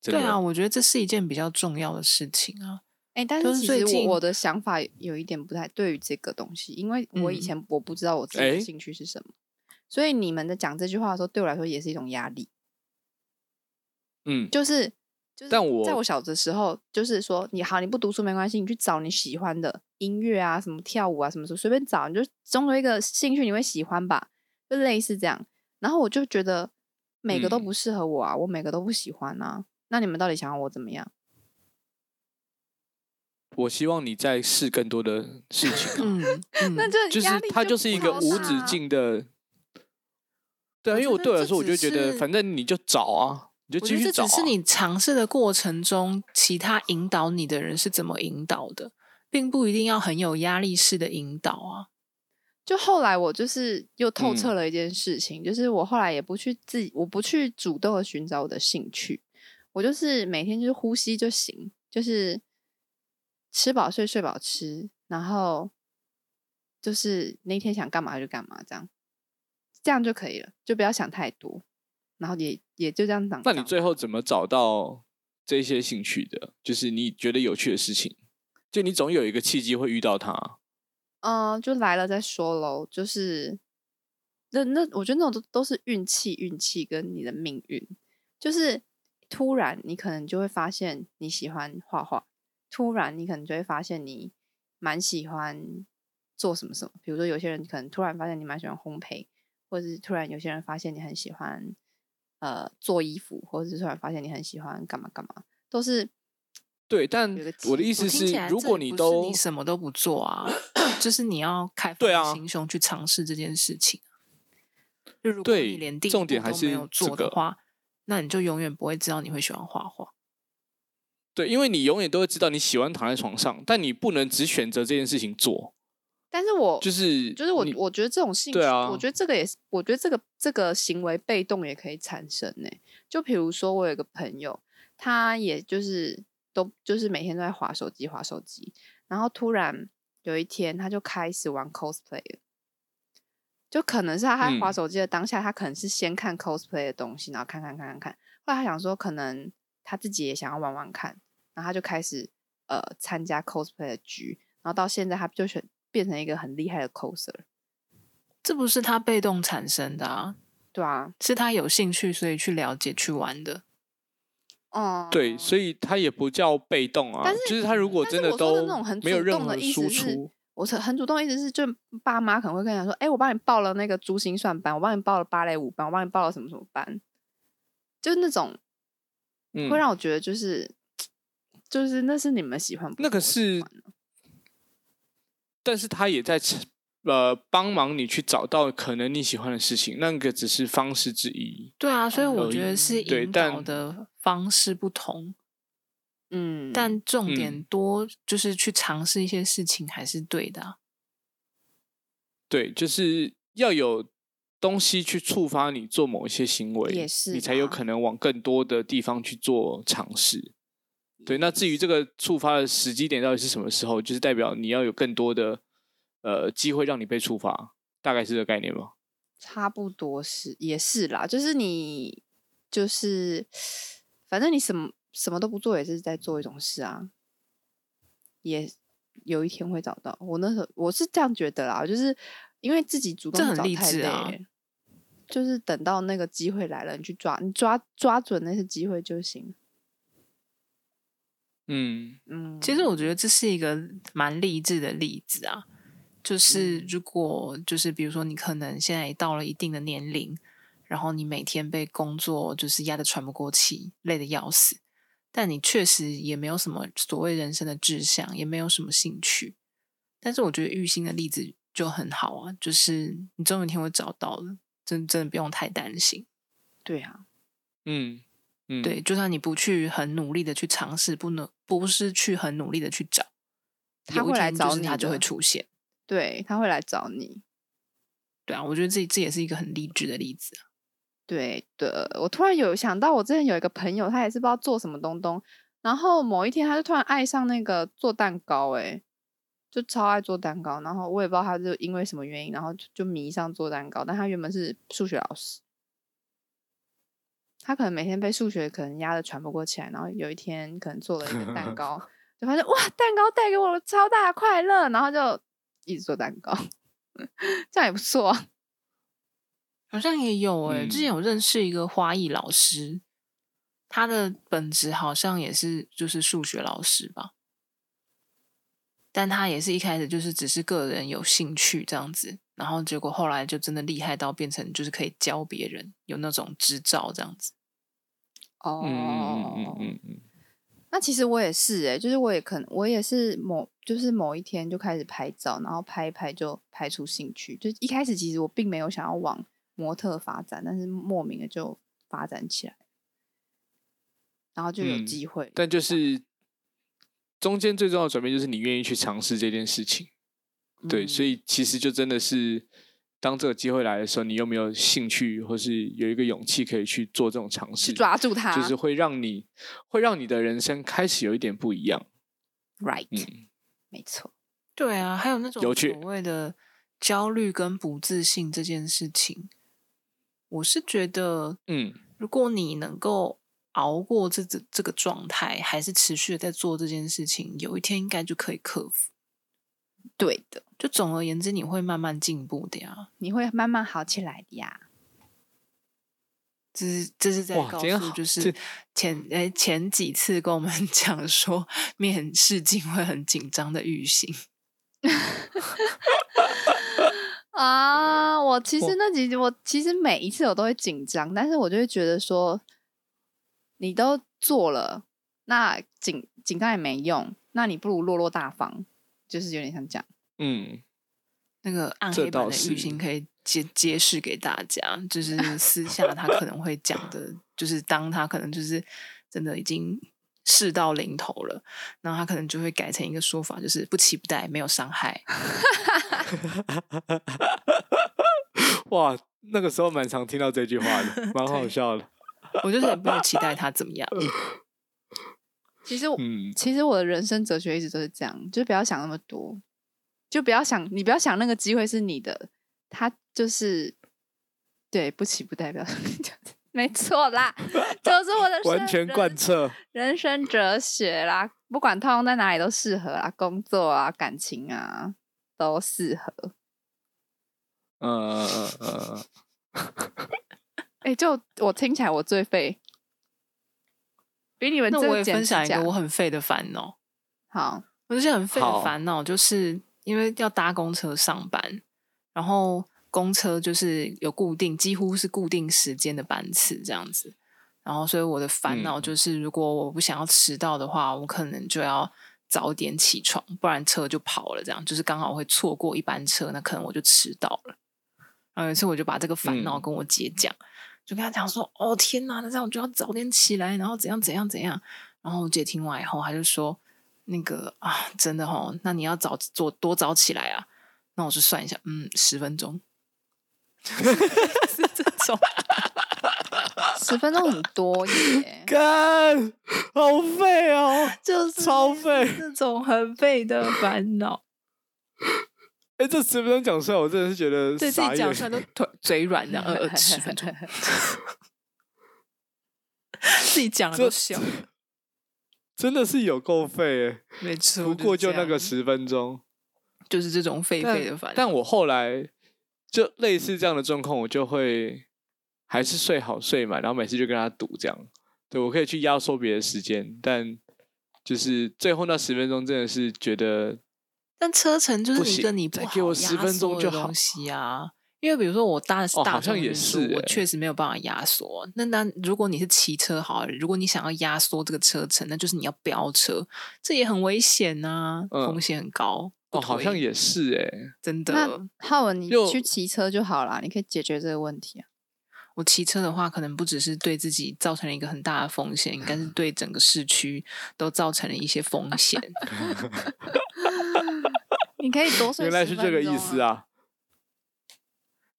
真
对
的
啊，，我觉得这是一件比较重要的事情啊。
哎、但
就是是
其
最
实
近
我我的想法有一点不太对于这个东西，因为我以
嗯
前我不知道我自己
诶
的兴趣是什么，所以你们在讲这句话的时候，对我来说也是一种压力。
嗯，
就是，就是
但我
在我小的时候，就是说你好，你不读书没关系，你去找你喜欢的音乐啊，什么跳舞啊，什么什么随便找，你就总有一个兴趣你会喜欢吧，就类似这样。然后我就觉得每个都
嗯
不适合我啊，我每个都不喜欢啊。那你们到底想要我怎么样？
嗯我希望你再试更多的事情啊，
嗯，嗯
那就
就是
压力
它
就是
一
不
个
好
无
打
止
啊。
境的。对啊，
我
因为
觉
我
得
对我
这
来说，我就
只
觉得
是
反正你就找啊，你就
我
继
觉得
续
这
找、啊。
只是你尝试的过程中，其他引导你的人是怎么引导的，并不一定要很有压力式的引导啊。
就后来我就是又透
嗯
彻了一件事情，就是我后来也不去自己，我不去主动的寻找我的兴趣，我就是每天就是呼吸就行，就是吃饱睡，睡饱吃，然后就是那天想干嘛就干嘛，这样这样就可以了，就不要想太多，然后也也就这样长
那
大。
你最后怎么找到这些兴趣的？就是你觉得有趣的事情，就你总有一个契机会遇到它。
嗯，就来了再说喽。就是那那，我觉得那种都都是运气，运气跟你的命运。就是突然你可能就会发现你喜欢画画，突然你可能就会发现你蛮喜欢做什么什么。比如说有些人可能突然发现你蛮喜欢烘焙，或者是突然有些人发现你很喜欢呃做衣服，或者是突然发现你很喜欢干嘛干嘛，都是
对，但
有个
我的
契
意思
机
我听
是
起来，
如
这
果
也
你
不是
都
你什么都不做啊，就是你要开
对
放
啊
心胸去尝试这件事情。啊就如果
对
你连第一
重
步
点还
都没
是
有
这
做的
个
话，那你就永远不会知道你会喜欢画画。
对，因为你永远都会知道你喜欢躺在床上，但你不能只选择这件事情做，
但是我
就是
哦就是我
你，
我觉得这种兴趣，
对啊
我觉得这个也是，我觉得这个这个行为被动也可以产生呢、就比如说，我有一个朋友，他也就是都就是每天都在划手机，划手机，然后突然有一天，他就开始玩 cosplay 了。就可能是他在划
嗯
手机的当下，他可能是先看 cosplay 的东西，然后看看看看看。后来他想说，可能他自己也想要玩玩看，然后他就开始呃参加 cosplay 的局，然后到现在他就选变成一个很厉害的 coser，
这不是他被动产生的啊，
对啊，
是他有兴趣所以去了解、去玩的。
嗯，
对，所以它也不叫被动啊
但是。
就是他如果
但是
真的
我说的
都
那种很
没有
主
任
动的
何
意
输
思是
出，
我是很主动，意思是就爸妈可能会跟你讲说，哎、我帮你报了那个珠心算班，我帮你报了芭蕾舞班，我帮你报了什么什么班，就是那种
嗯
会，让我觉得就是、就是那是你们喜欢，不
那个
我喜
是
欢啊
但是他也在呃帮忙你去找到可能你喜欢的事情，那个只是方式之一。
对啊，所以
而
我
已
觉得是
对
引导
但
的方式不同，
嗯，
但重点
嗯
多就是去尝试一些事情还是对的啊、
对，就是要有东西去触发你做某一些行为，
也是啊
你才有
啦
可能往更多的地方去做尝试。对，那至于这个触发的时机点到底是什么时候，就是代表你要有更多的呃机会让你被触发，大概是这个概念吧。
差不多是也是啦，就是你就是反正你什么什么都不做，也是在做一种事啊，也有一天会找到。我那时候我是这样觉得啦，就是因为自己主动
这很
找
励
太
志
累
啊
了，就是等到那个机会来了，你去抓，你抓抓准那些机会就行。
嗯，
嗯，
其实我觉得这是一个蛮励志的例子啊，就是如果就是比如说你可能现在到了一定的年龄，然后你每天被工作就是压得喘不过气，累得要死，但你确实也没有什么所谓人生的志向，也没有什么兴趣。但是我觉得玉兴的例子就很好啊，就是你总有一天会找到的，真真的不用太担心。
对啊，
嗯嗯，
对，就算你不去很努力的去尝试，不能不是去很努力的去找，
他
有一
会来
天
找
就是
你
他就
的
会出现。
对他会来找你。
对啊，我觉得这这也是一个很励志的例子啊。
对的，我突然有想到，我之前有一个朋友，他也是不知道做什么东东，然后某一天他就突然爱上那个做蛋糕、欸，就超爱做蛋糕。然后我也不知道他就因为什么原因，然后就就迷上做蛋糕。但他原本是数学老师，他可能每天被数学可能压得喘不过气来，然后有一天可能做了一个 蛋糕，就发现哇，蛋糕带给我了超大的快乐，然后就一直做蛋糕， 这样也不错啊。
好像也有诶、之前
嗯
有认识一个花艺老师，他的本职好像也是就是数学老师吧，但他也是一开始就是只是个人有兴趣这样子，然后结果后来就真的厉害到变成就是可以教别人，有那种执照这样子。
哦、
嗯嗯嗯嗯嗯嗯，
那其实我也是哎、就是我也可能我也是某就是某一天就开始拍照，然后拍一拍就拍出兴趣。就一开始其实我并没有想要往模特发展，但是莫名的就发展起来，然后就有
嗯
机会。
但就是中间最重要的转变就是你愿意去尝试这件事情。对，所
以
以其实就真的是，当这个机会来的时候，你有没有兴趣，或是有一个勇气可以去做这种尝试？
去抓住它，
就是会让你会让你的人生开始有一点不一样。
right，、
嗯
没错。
对啊，还有那种
有趣
所谓的焦虑跟不自信这件事情，我是觉得，
嗯，
如果你能够熬过这这这个状态，还是持续的在做这件事情，有一天应该就可以克服。
对的，
就总而言之，你会慢慢进步的呀。
你会慢慢好起来的呀。
这是这是在
哇
告
今天
诉
好
就是
这
前呃前几次跟我们 讲说面试进会很紧张的玉 行，
啊，我其
我
实那几我其实每一次我都会紧张，但是我就会觉得说，你都做了，那紧紧张也没用，那你不如落落大方，就是有点像这样。
嗯，
那个暗
这
黑版
倒
的玉
是
兴可以揭揭示给大家，就是私下他可能会讲的，就是当他可能就是真的已经事到临头了，然后他可能就会改成一个说法，就是不期不待，没有伤害。
哇，那个时候蛮常听到这句话 的，蛮好
对
笑的。
我就是也没有期待他怎么样，
其实我、
嗯，
其实我的人生哲学一直都是这样，就不要想那么多，就不要想你不要想那个机会是你的，他就是对不起不代表， 没错啦，就是我的
完
生
全
人
贯彻。
人生哲学啦，不管套用在哪里都适合啦，工作啊、感情啊都适合。
嗯嗯嗯嗯嗯，
哎、就我听起来我最废，比你们
那
这
我
个
也
简
分
直
享一
假
个我很废的烦恼。
好，
我就是很费的
好
烦恼，就是因为要搭公车上班，然后公车就是有固定，几乎是固定时间的班次这样子。然后，所以我的烦恼
嗯
就是，如果我不想要迟到的话，我可能就要早点起床，不然车就跑了。这样就是刚好会错过一班车，那可能我就迟到了。然后有一次呃我就把这个烦恼
嗯
跟我姐讲，就跟她讲说：“哦天哪，那这样我就要早点起来，然后怎样怎样怎样。”然后我姐听完以后，她就说：“那个啊，真的哦，那你要早做多早起来啊？”那我就算一下，嗯，十分钟，是这种。
十分钟很 多耶，
干，好废哦，
就是
超 废。
这种很废的 烦恼，
哎、这十分钟讲出来，我真的是觉得
对自
傻
己讲
眼
出来都腿嘴软的，呃呃，十 分钟，自己讲了都
这
笑，
真的是有够废哎。
没错。
不过就
这
那
样
个，十分钟，
就是这种废废的烦恼。
但我后来就类似这样的状况，我就会还是睡好睡满，然后每次就跟他赌这样。对我可以去压缩别的时间，但就是最后那十分钟真的是觉得
但车程就是
不
你
行
跟你不
再
好
给我
压
10分钟
缩
就
的
好
东西啊。因为比如说我搭的是
哦
大
好像
众
也
运输，
是
我
欸
确实没有办法压缩。那那如果你是骑车好了，如果你想要压缩这个车程，那就是你要飙车，这也很危险呐、
嗯
风险很高。
哦，好像
也。
也是哎、
真
那
的，
浩文，你
又
去骑车就好啦，你可以解决这个问题啊。
我骑车的话，可能不只是对自己造成了一个很大的风险，应该是对整个市区都造成了一些风 险。
你可以多睡
原来
10
是这个
分
意
钟
思
啊！
啊，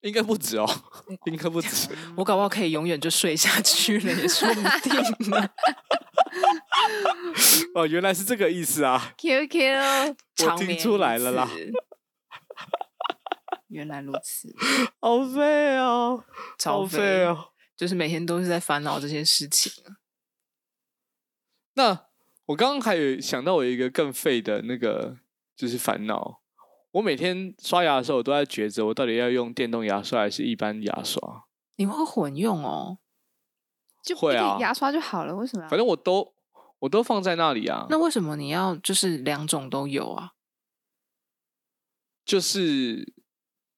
应该不止哦，
嗯
应该不止。
我搞不好可以永远就睡下去了，也说不定呢。
哦，原来是这个意思啊！
QQ，
我听出来了啦
长眠于
原来如此。
好废哦，
此，
好
超
废
费
哦。
就是每天都是在烦恼这些事情。
那我刚刚还有想到我一个更废的那个，就是烦恼。我每天刷牙的时候，我都在抉择，我到底要用电动牙刷还是一般牙刷？
你们会混用哦？
就
会
一个
啊
牙刷就好了，为什么要？
反正我都我都放在那里啊。
那为什么你要就是两种都有啊？
就是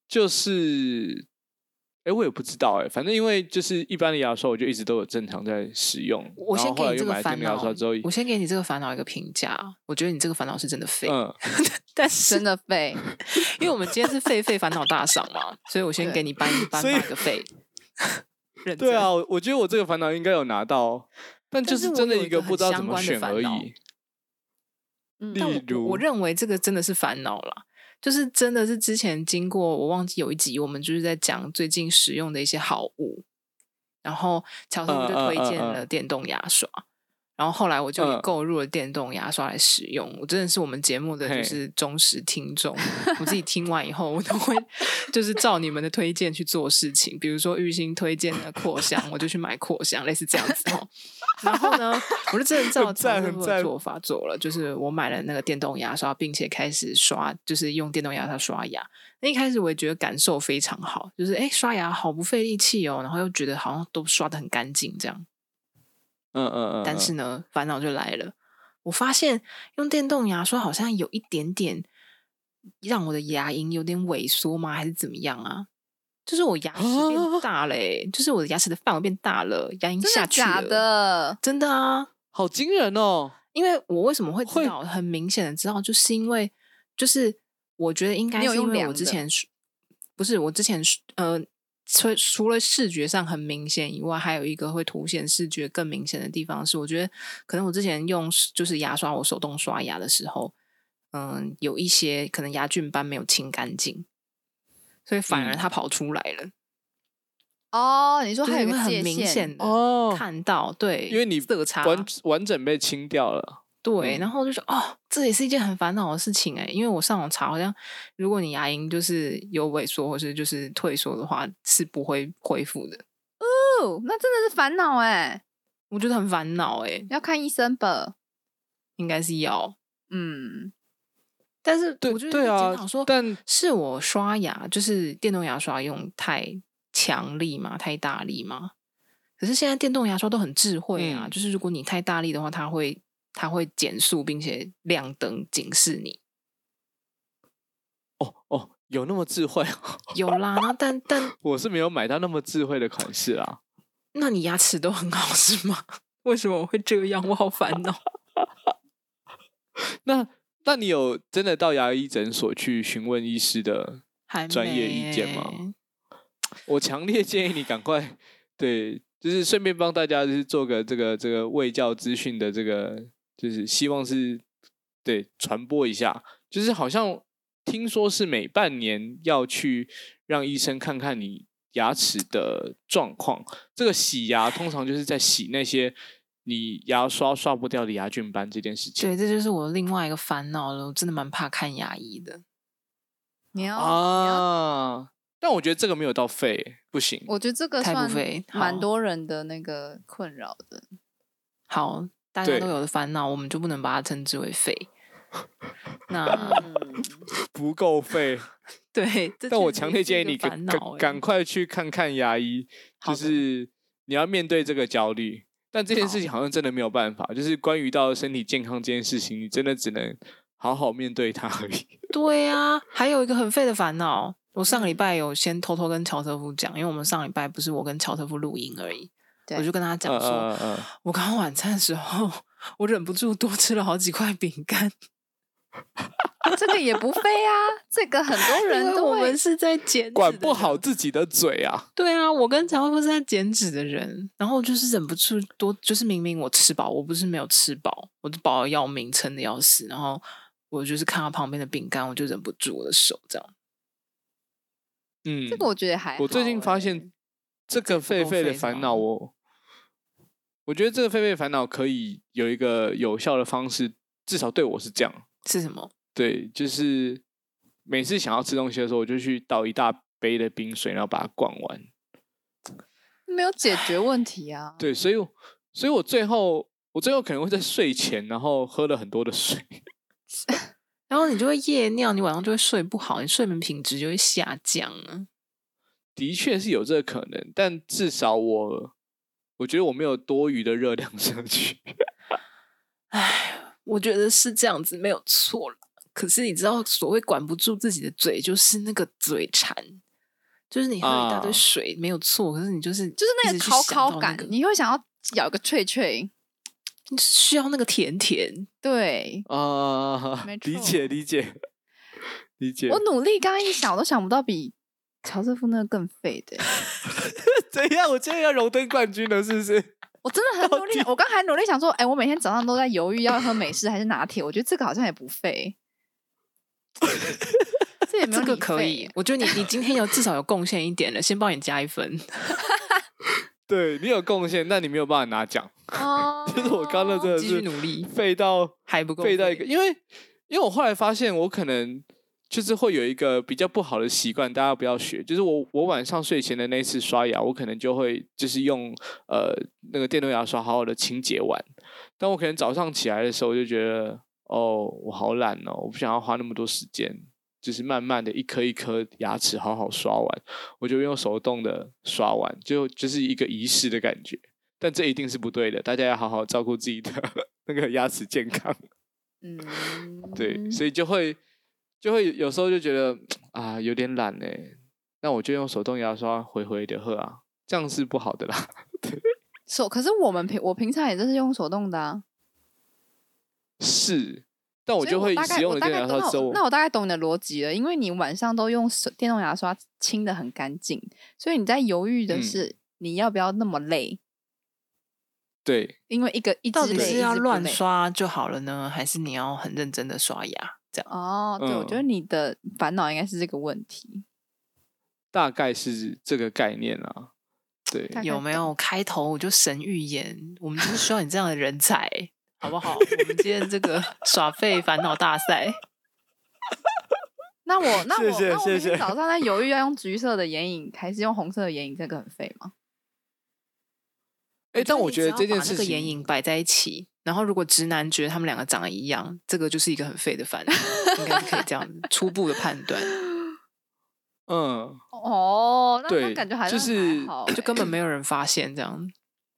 就是，哎、我也不知道哎、反正因为就是一般的牙刷，我就一直都有正常在使用。
我
然
先
后后
给
来
你这
又
个
买了电
烦
动牙
恼
刷之后，，
我先给你这个烦恼一个评价。啊我觉得你这个烦恼是真的废，
嗯，
但是
真的 废，
因为我们今天是狒狒烦恼大赏嘛，所以我先
对
给 你颁颁
所以
发一个狒。认
对
真，
啊，我我觉得我这个烦恼应该有拿到，但就
但是我
真的
有一
一个
个很
不知道
相
怎么
关的
选
烦
而
恼
已。
嗯
例
但我
如，
我认为这个真的是烦恼啦，就是真的是之前经过我忘记有一集我们就是在讲最近使用的一些好物，然后乔生就
嗯嗯
推荐
嗯嗯
了电动牙刷。然后后来我就也
嗯
购入了电动牙刷来使用，我真的是我们节目的
嘿
就是忠实听众。我自己听完以后，我都会就是照你们的推荐去做事情，比如说玉兴推荐的扩香，我就去买扩香，类似这样子哦。然后呢，我就真的照
很赞
乔师
很
傅的
赞
做法做了，就是我买了那个电动牙刷，并且开始刷，就是用电动牙刷刷牙。那一开始我也觉得感受非常好，就是哎刷牙好不费力气哦，然后又觉得好像都刷的很干净这样。
嗯嗯嗯，
但
嗯
是呢，烦恼就来了。我发现用电动牙刷好像有一点点让我的牙龈有点萎缩吗？还是怎么样啊？就是我牙齿变
啊
大了、欸，就是我的牙齿的范围变大了，牙龈
真
下
的
去
假
了
的？
真的啊，
好惊人哦！
因为我为什么会知
会
道？很明显的知道，就是因为就是我觉得应该
你有
是因
用
为
量
我之
的
前是不是我之前是呃，除除了视觉上很明显以外，还有一个会凸显视觉更明显的地方是，我觉得可能我之前用就是牙刷，我手动刷牙的时候，嗯，有一些可能牙菌斑没有清干净，所以反而
嗯
它跑出来了，
哦，你说
就是
还有
你
一
会
个
很
界
明
限
显的
哦，
看到，对，
因为你
色差
完完整被清掉了，
对，
嗯
然后我就说哦，这也是一件很烦恼的事情哎，因为我上网查，好像如果你牙龈就是有萎缩或是就是退缩的话，是不会恢复的。
哦，那真的是烦恼哎，
我觉得很烦恼哎，
要看医生吧。
应该是要，
嗯，
但是
对
我就
对
在
啊
检讨说，，
但
是我刷牙就是电动牙刷用太强力嘛，太大力嘛。可是现在电动牙刷都很智慧啊，
嗯
就是如果你太大力的话，它会它会减速，并且亮灯警示你。
哦哦，有那么智慧哦，
有啦，那但但
我是没有买到那么智慧的款式啦。
那你牙齿都很好是吗？为什么我会这样？我好烦恼。
那那你有真的到牙医诊所去询问医师的？
还
专业意见吗
没
我强烈建议你赶快对，就是顺便帮大家就是做个这个这个卫教资讯的这个，就是希望是对传播一下，就是好像听说是每半年要去让医生看看你牙齿的状况。这个洗牙通常就是在洗那些你牙刷刷不掉的牙菌斑这件事情。
对，这就是我另外一个烦恼了。我真的蛮怕看牙医的。
你要，你
哦
要
啊，但我觉得这个没有到肺，不行。
我觉得这个
太不
算
费好
蛮多人的那个困扰的。
好，大家
对
都有的烦恼，我们就不能把它称之为废。 那
嗯，
不够肺。
对，这
但我
确实
强烈
是一
建议
个
你赶
烦恼
赶
欸
赶快去看看牙医，
好
就
的
是你要面对这个焦虑。但这件事情好像真的没有办法，就是关于到身体健康这件事情，你真的只能好好面对它而已。
对啊，还有一个很废的烦恼。我上个礼拜有先偷偷跟乔瑟夫讲，因为我们上礼拜不是我跟乔瑟夫录音而已，
对
我就跟他讲
嗯
说，
嗯嗯
我刚刚晚餐的时候， 我忍不住多吃了好几块饼干。
这个也不费啊，这个很多
因
人
为
都
我
会
们是在减脂，
管不好。自己的嘴啊！
对啊，我跟乔夫是在减脂的人，然后就是忍不住多，就是明明我吃饱，我不是没有吃饱，我是饱的要命，撑的要死，然后我就是看到旁边的饼干，我就忍不住我的手这样。
嗯，
这个我觉得还好欸。
我最近发现这个狒
够
狒的
费是
烦
吗
恼，我我觉得这个狒狒烦恼可以有一个有效的方式，至少对我是这样。
是什么？
对，就是每次想要吃东西的时候，我就去倒一大杯的冰水，然后把它灌完。
没有解决问题啊。
对，所以我所以我最后我最后可能会在睡前，然后喝了很多的水。
然后你就会夜尿，你晚上就会睡不好，你睡眠品质就会下降啊。
的确是有这个可能，但至少我我觉得我没有多余的热量摄取。
唉，我觉得是这样子没有错了。可是你知道，所谓管不住自己的嘴，就是那个嘴馋，就是你喝一大堆
啊
水、没有错，可是你就是
就是那
一
个
直去
烤
想
烤
到那
感
个，
你会想要咬个脆脆。
你需要那个甜甜。
对，
啊、
没
理
错
解理解 理解
我。努力，刚刚一想我都想不到比乔瑟夫那个更废的欸。
怎样？我今天要荣登冠军了，是不是？
我真的很努力
到，底
我刚还努力想说，哎、我每天早上都在犹豫要喝美式还是拿铁，我觉得这个好像也 不费，这也没有
这个
你
可
费
以，我觉得你你今天有至少有贡献一点了，先帮你加一分。
对你有贡献，但你没有办法拿奖。 。
哦
就是我刚刚真的
继续
是
努力
废到
还不够
废到一
废
个，因为因为我后来发现我可能就是会有一个比较不好的习惯，大家不要学。就是我我晚上睡前的那一次刷牙，我可能就会就是用呃那个电动牙刷好好的清洁完，但我可能早上起来的时候我就觉得哦我好懒哦，我不想要花那么多时间。就是慢慢的一颗一颗牙齿好好刷完，我就用手动的刷完，就就是一个仪式的感觉。但这一定是不对的，大家要好好照顾自己的 那个牙齿健康。
嗯，
对，所以就会就会有时候就觉得啊有点懒哎、那我就用手动牙刷回回的喝啊，这样是不好的啦。
手可是我们平我平常也就是用手动的啊，
是，但我
所以
就会
大概
使用
我
了
大
电
概
动牙
那
刷
我
之后，
那我大概懂你的逻辑了，因为你晚上都用手电动牙刷清的很干净，所以你在犹豫的
嗯
是、你要不要那么累，
对
因为一个一直
到底
累一
是要
直不
乱
累
刷就好了呢，还是你要很认真的刷牙？这样
哦，对，我觉
嗯
得你的烦恼应该是这个问题。
大概是这个概念啦。对，
大概
有没
懂
有开头我就神预言？我们就是需要你这样的人才，好不好？我们今天 这个耍废烦恼大赛，
那我那
谢
我
谢
那我明
谢谢
天早上 在犹豫要用橘色的眼影还是用红色的眼影，这个很废吗？
哎，但我觉得这件
这
事
个眼
情，
影摆在一起，然后如果直男觉得他们两个长得一样，这个就是一个很废的烦恼，应该是可以这样子初步的判断，
嗯，
哦，那那
对
感觉还
就
像
是
还好
就
欸
根本没有人发现这样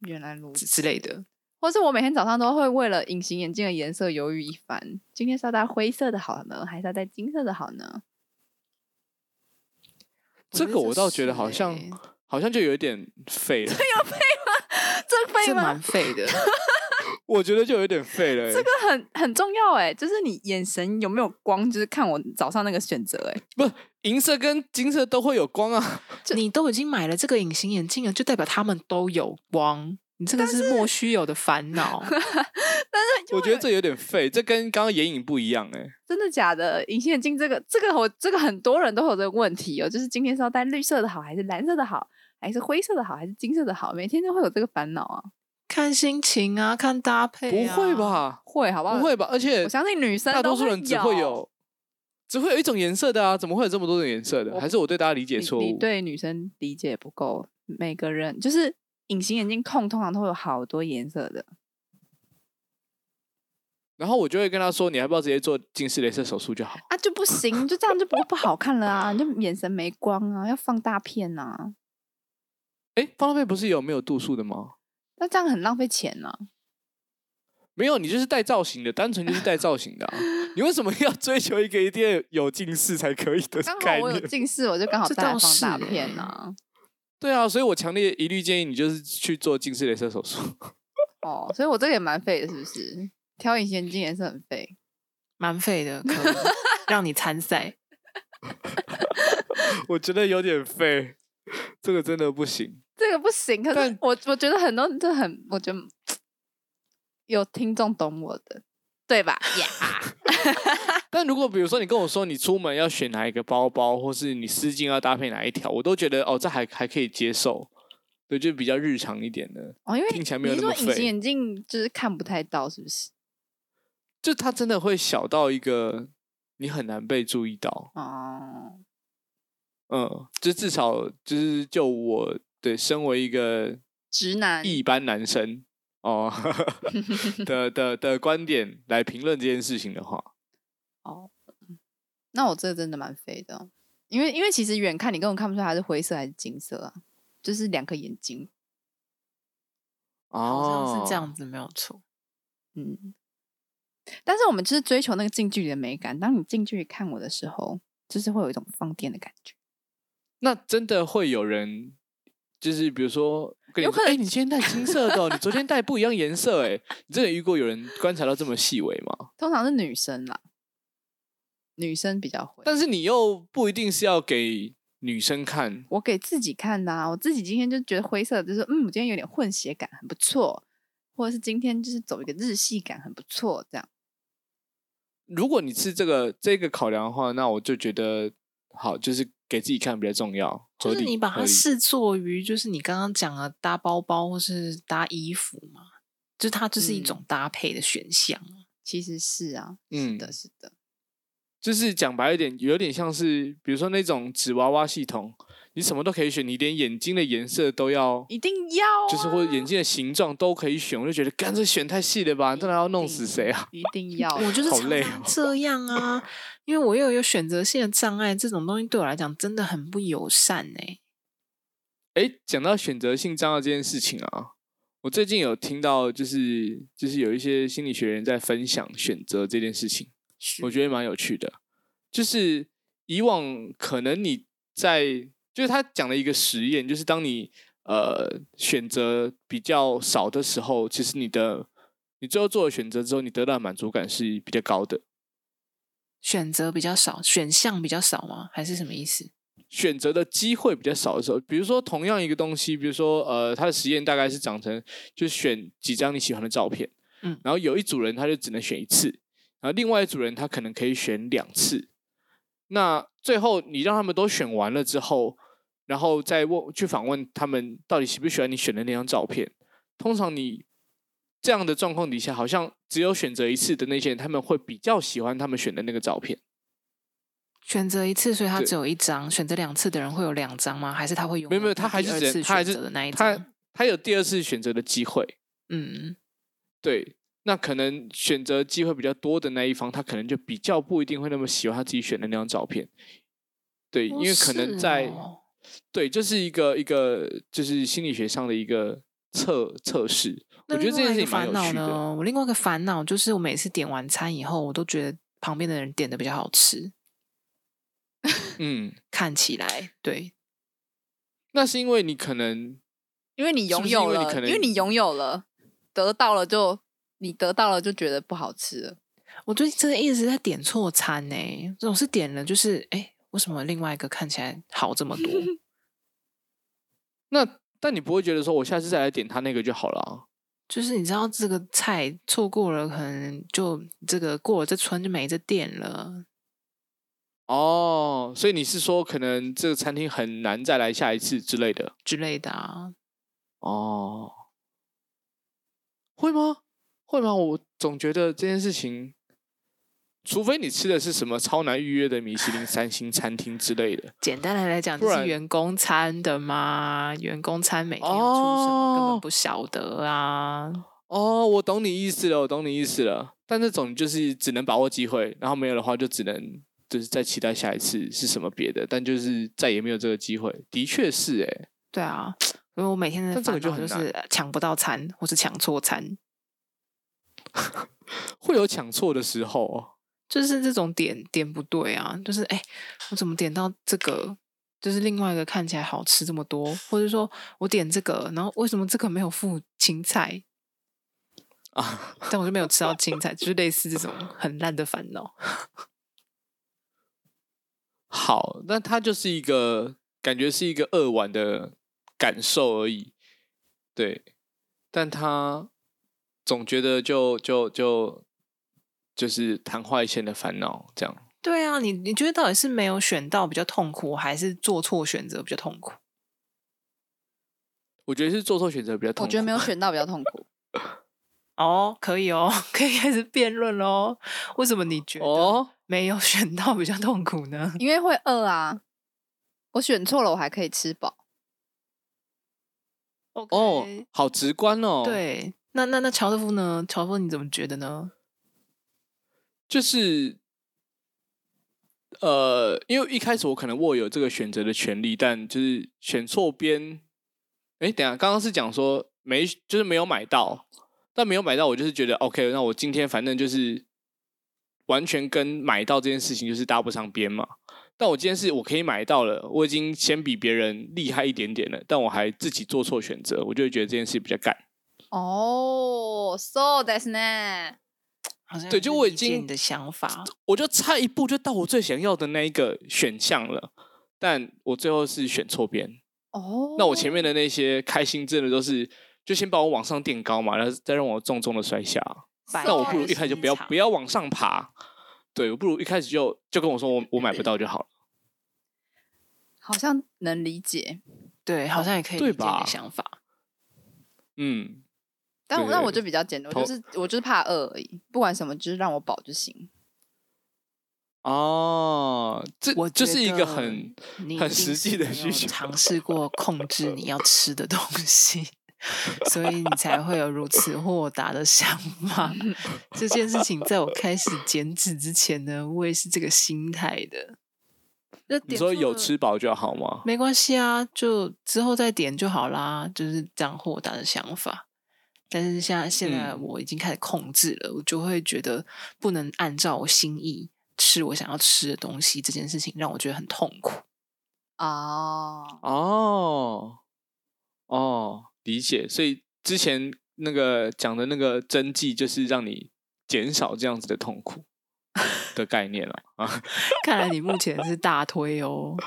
原来如
之之
此。
类的。
或是我每天早上都会为了隐形眼镜的颜色犹豫一番，今天是要戴灰色的好呢，还是要戴金色的好呢？
这
觉得
个我倒觉得
是
好像
欸
好像就有一点废了。
这
这
废 吗
蛮？废的，
我觉得就有点废了欸、
这个很很重要哎、就是你眼神有没有光，就是看我早上那个选择哎、
欸银色跟金色都会有光啊，
你都已经买了这个隐形眼镜了，就代表他们都有光。你这个是莫须有的烦 恼。
我觉得这有点废，这跟刚刚眼影不一样哎、
真的假的？隐形眼镜这个这个我这个很多人都有这个问题哦，就是今天是要戴绿色的好，还是蓝色的好，还是灰色的好，还是金色的好？每天都会有这个烦恼啊，
看心情啊，看搭配、
不
啊。
会？吧？
会好不好？
不会吧？而且
我相信女生
大多
都
数
会
人只会有，只会有一种颜色的啊，怎么会有这么多种颜色的？
我
还是我对大家理解
你
错
你
误？
对女生理解不够，每个人就是隐形眼镜控通常都会有好多颜色的，
然后我就会跟他说，你要不要直接做近视雷射手术就好？
啊，就不行，就这样就不不好看了啊！你就眼神没光啊，要放大片啊，
哎，方便面不是有没有度数的吗？
那这样很浪费钱呢、啊。
没有，你就是带造型的，单纯就是带造型的、 啊。你为什么要追求一个一定要有近视才可以的
刚好
概
我有
念？
近视，我就刚好
这
戴
倒
放大
是欸
片啊。
对啊，所以我强烈一律建议你就是去做近视雷射手术。
哦，所以我这个也蛮废的，是不是？挑隐形眼镜也是很废。
蛮废的，可 以让你参赛。
我觉得有点废，这个真的不行。
这个不行，可是
但
我我觉得很多这很，我觉得有听众懂我的，对吧？呀、
但如果比如说你跟我说你出门要选哪一个包包，或是你丝巾要搭配哪一条，我都觉得哦，这还还可以接受。对，就比较日常一点的，
哦，因为
听
你
起来没有那
说
么
隐形
废
眼镜就是看不太到，是不是？
就它真的会小到一个你很难被注意到。
哦，
嗯，就至少就是就我对身为一个
直男
一般男生哦 的的的观点来评论这件事情的话，
哦，那我这真的蛮肥的哦，因为因为其实远看你根本看不出来它是灰色还是金色啊，就是两颗眼睛，
好像
哦，
是这。样子，没有错。
嗯。但是我们就是追求那个近距离的美感，当你近距离看我的时候，就是会有一种放电的感觉。
那真的会有人，就是比如说跟你
有
说，
可
哎、
能
你今天戴金色的、哦，你昨天戴不一样颜色、欸，哎，你真的遇过有人观察到这么细微吗？
通常是女生啦，女生比较会。
但是你又不一定是要给女生看，
我给自己看的啊，我自己今天就觉得灰色，就是嗯，我今天有点混血感，很不错，或者是今天就是走一个日系感，很不错，这样。
如果你是这个这个考量的话，那我就觉得好，就是给自己看比较重要，合
就是
理
你把
合
它
理
视作于，就是你刚刚讲的搭包包或是搭衣服嘛，就是它就是一
嗯
种搭配的选项。
其实是啊，
嗯
是的，是的，
就是讲白一点，有点像是比如说那种纸娃娃系统，你什么都可以选，你连眼睛的颜色都要
一定要、啊，
就是或者眼睛的形状都可以选，我就觉得干这选太细了吧，这要弄死谁啊？
一定 要，
我就是
好
常
累
常
哦
这样啊，因为我又有选择性的障碍，这种东西对我来讲真的很不友善哎、
哎，讲到选择性障碍这件事情啊，我最近有听到，就是就是有一些心理学人在分享选择这件事情，
嗯
我觉得蛮有趣的。就是以往可能你在，就是他讲了一个实验，就是当你呃选择比较少的时候，其实你的你最后做了选择之后，你得到的满足感是比较高的。
选择比较少，选项比较少吗？还是什么意思？
选择的机会比较少的时候，比如说同样一个东西，比如说呃，他的实验大概是长成就选几张你喜欢的照片，
嗯
然后有一组人他就只能选一次，然后另外一组人他可能可以选两次。那最后你让他们都选完了之后，然后再问去访问他们到底喜不喜欢你选的那张照片。通常你这样的状况底下，好像只有选择一次的那些人，他们会比较喜欢他们选的那个照片。
选择一次，所以它
对
只有一张；选择两次的人会有两张吗？还是他会有？
没有没有，他还
第
是
二
只
次
能他还
选
是
择的那一张
他。他有第二次选择的机会。
嗯，
对，那可能选择机会比较多的那一方，他可能就比较不一定会那么喜欢他自己选的那张照片。对，因
哦
为可能
是
在、
哦
对，这、是一个一个就是心理学上的一个测测试。我
那
觉得
另
这
外
件
一
事
个
情蛮
烦
有
恼
趣的。
呢，我另外一个烦恼就是，我每次点完餐以后，我都觉得旁边的人点的比较好吃，
嗯，
看起来对，
那是因为你可能
因为你
是不
拥
是因
有
为你
了，
可能
因为你拥有了，得到了就你得到了就觉得不好吃了。
我最近真的一直在点错餐呢、总是点了就是哎，为什么另外一个看起来好这么 多？
那但你不会觉得说我下次再来点他那个就好了啊？
就是你知道这个菜错过了，可能就这个过了这村就没这店了。
哦，所以你是说可能这个餐厅很难再来下一次之类的？
之类的啊，
哦，会吗？会吗？我总觉得这件事情，除非你吃的是什么超难预约的米其林三星餐厅之类的，
简单的来讲，
不
就是
然
员工餐的嘛，员工餐每天要出什么、根本
哦
不晓得啊。
哦，我懂你意思了，我懂你意思了。但这种就是只能把握机会，然后没有的话就只能就是再期待下一次是什么别的，但就是再也没有这个机会。的确是、欸，诶，
对啊，所以我每天的
但这个
烦
就
恼就
很
是抢不到餐，或是抢错餐，
会有抢错的时候哦。
就是这种点点不对啊，就是哎、我怎么点到这个？就是另外一个看起来好吃这么多，或者说我点这个，然后为什么这个没有附青菜？
啊，
但我就没有吃到青菜，就是类似这种很烂的烦恼。
好，那它就是一个感觉是一个扼腕的感受而已，对，但他总觉得就就就就是昙花一现的烦恼这样。
对啊，你你觉得到底是没有选到比较痛苦，还是做错选择比较痛苦？
我觉得是做错选择比较痛苦。
我觉得没有选到比较痛苦。
哦，可以哦， 可以开始辩论喽。为什么你觉得
哦，
没有选到比较痛苦呢？
因为会饿啊。我选错了，我还可以吃饱。
哦，好直观哦。，
对，那那那乔德夫呢？乔德夫你怎么觉得呢？
就是呃，因为一开始我可能握有这个选择的权利，但就是选错边。哎，等一下，刚刚是讲说没，就是没有买到，但没有买到，我就是觉得 OK，那我今天反正就是完全跟买到这件事情就是搭不上边嘛。但我今天是我可以买到了，我已经先比别人厉害一点点了，但我还自己做错选择，我就会觉得这件事比较干。
哦、s o that's ne。
好像
对
还
就是我已
理解
经
你的想法，
我就差一步就到我最想要的那一个选项了，但我最后是选错边。
哦，
那我前面的那些开心，真的都是就先把我往上垫高嘛，然后再让我重重的摔下。
百
那我不如
态
一开始就
市
不要
场
不要往上爬，对，我不如一开始就就跟我说我我买不到就好了。
好像能理解，
对，好像也可以
对
理解你
吧
的想法。
嗯，
但我
对
那我就比较简单，我
头
就是我就是怕饿而已，不管什么，就是让我饱就行。
哦，这
我
就
觉
是一个
得
很
你
很
一定
实
是
际的
没
需
有
求
尝试过控制你要吃的东西， 所以你才会有如此豁达的想法。 这件事情在我开始减脂之前呢，我也是这个心态的。那
你
点
说
错
有
了
吃饱就好吗？
没关系啊，就之后再点就好啦，就是这样豁达的想法。但是像现在
嗯
我已经开始控制了，我就会觉得不能按照我心意吃我想要吃的东西，这件事情让我觉得很痛苦。
哦，
哦哦，理解。所以之前那个讲的那个针剂，就是让你减少这样子的痛 苦的概念了啊。
看来你目前是大推哦，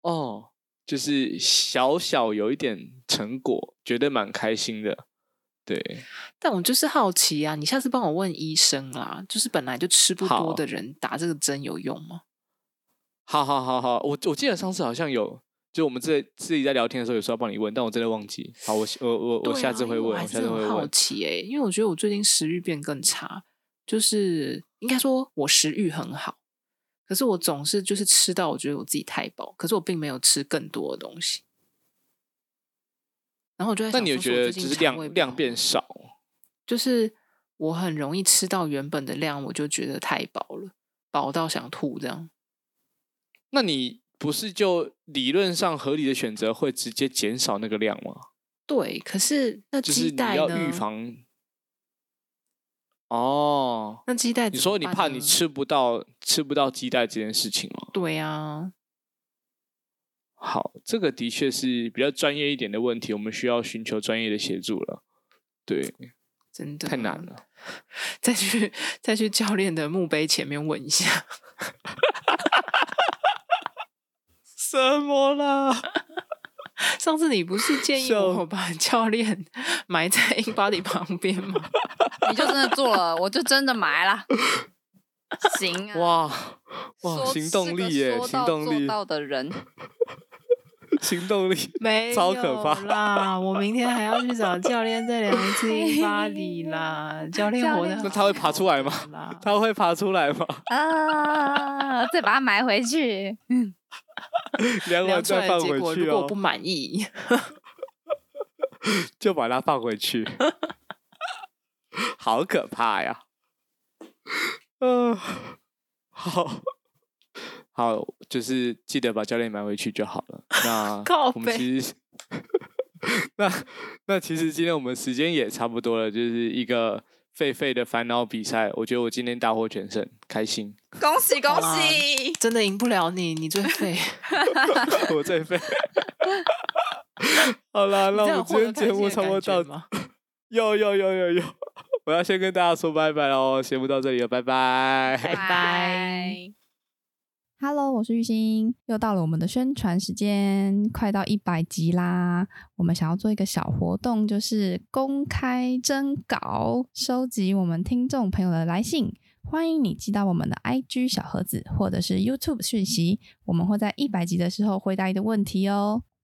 哦，就是小小有一点成果，觉得蛮开心的。对，
但我就是好奇啊，你下次帮我问医生啦，就是本来就吃不
好
多的人打这个针有用吗？
好好好好，我我记得上次好像有。就我们自己自己在聊天的时候，有时候帮你问，但我真的忘记。好，我我我我
对
下
啊
次
因
会
为我
问，
还
我
是
下次会
很好
问。
奇哎、因为我觉得我最近食欲变更差，就是应该说我食欲很好，可是我总是就是吃到我觉得我自己太饱，可是我并没有吃更多的东西。然后我就在
那
想
你有
说
觉
是我
得
最
就
近
是
肠
量
胃不
量
好
变少？
就是我很容易吃到原本的量，我就觉得太饱了，饱到想吐这样。
那你不是就理论上合理的选择会直接减少那个量吗？
对，可是那
就是
鸡
你
蛋
要
呢？
预防。哦，
那鸡蛋
你
怎
说
么
你
办
怕你
呢
吃不到吃不到鸡蛋这件事情吗？
对啊，
好，这个的确是比较专业一点的问题，我们需要寻求专业的协助了。对，
真的
太难了。
再去再去教练的墓碑前面问一下。
什么啦？
上次你不是建议
笑
我把教练 埋在 InBody 旁边吗？
你就真的做了，我就真的 埋了。行啊，
哇 哇，
说
行动力
是
耶，
个说
行
到
动
做
力，
到的 人，
行动力。
没
超可怕
有啦！我明天还要去找教练再聊一次 InBody 啦。教练
教
活
练
得
那他会爬出来吗
好啦
它会爬出来吗？
啊，再把它埋回去。
量
量
完
出来
再放
的结
回
果，
去
如果我
哦
不，满意，
就把它放回去， 好可怕呀！嗯、好好，就是记得把教练买回去就好了。那
靠
我们
北
其实 那那其实今天我们时间也差不多了，就是一个狒狒的烦恼比赛。我觉得我今天大获全胜，开 心，
恭喜恭
好啊
喜！
真的赢不了你，你最废。
我最废。 好啦， 那
你这
我
样
们
获得
今天节目
开心
差
的
不多
感觉
到
吗？
有有有有有， 我要先跟大家说拜拜喽，节目到这里了，拜拜。
拜拜。。
Hello，我是玉兴，又到了我们的宣传时间，快到一百集啦！我们想要做一个小活动，就是公开征稿，收集我们听众朋友的来信。欢迎你寄到我们的 IG 小盒子或者是 YouTube 讯息，我们会在一百集的时候回答你的问题哦。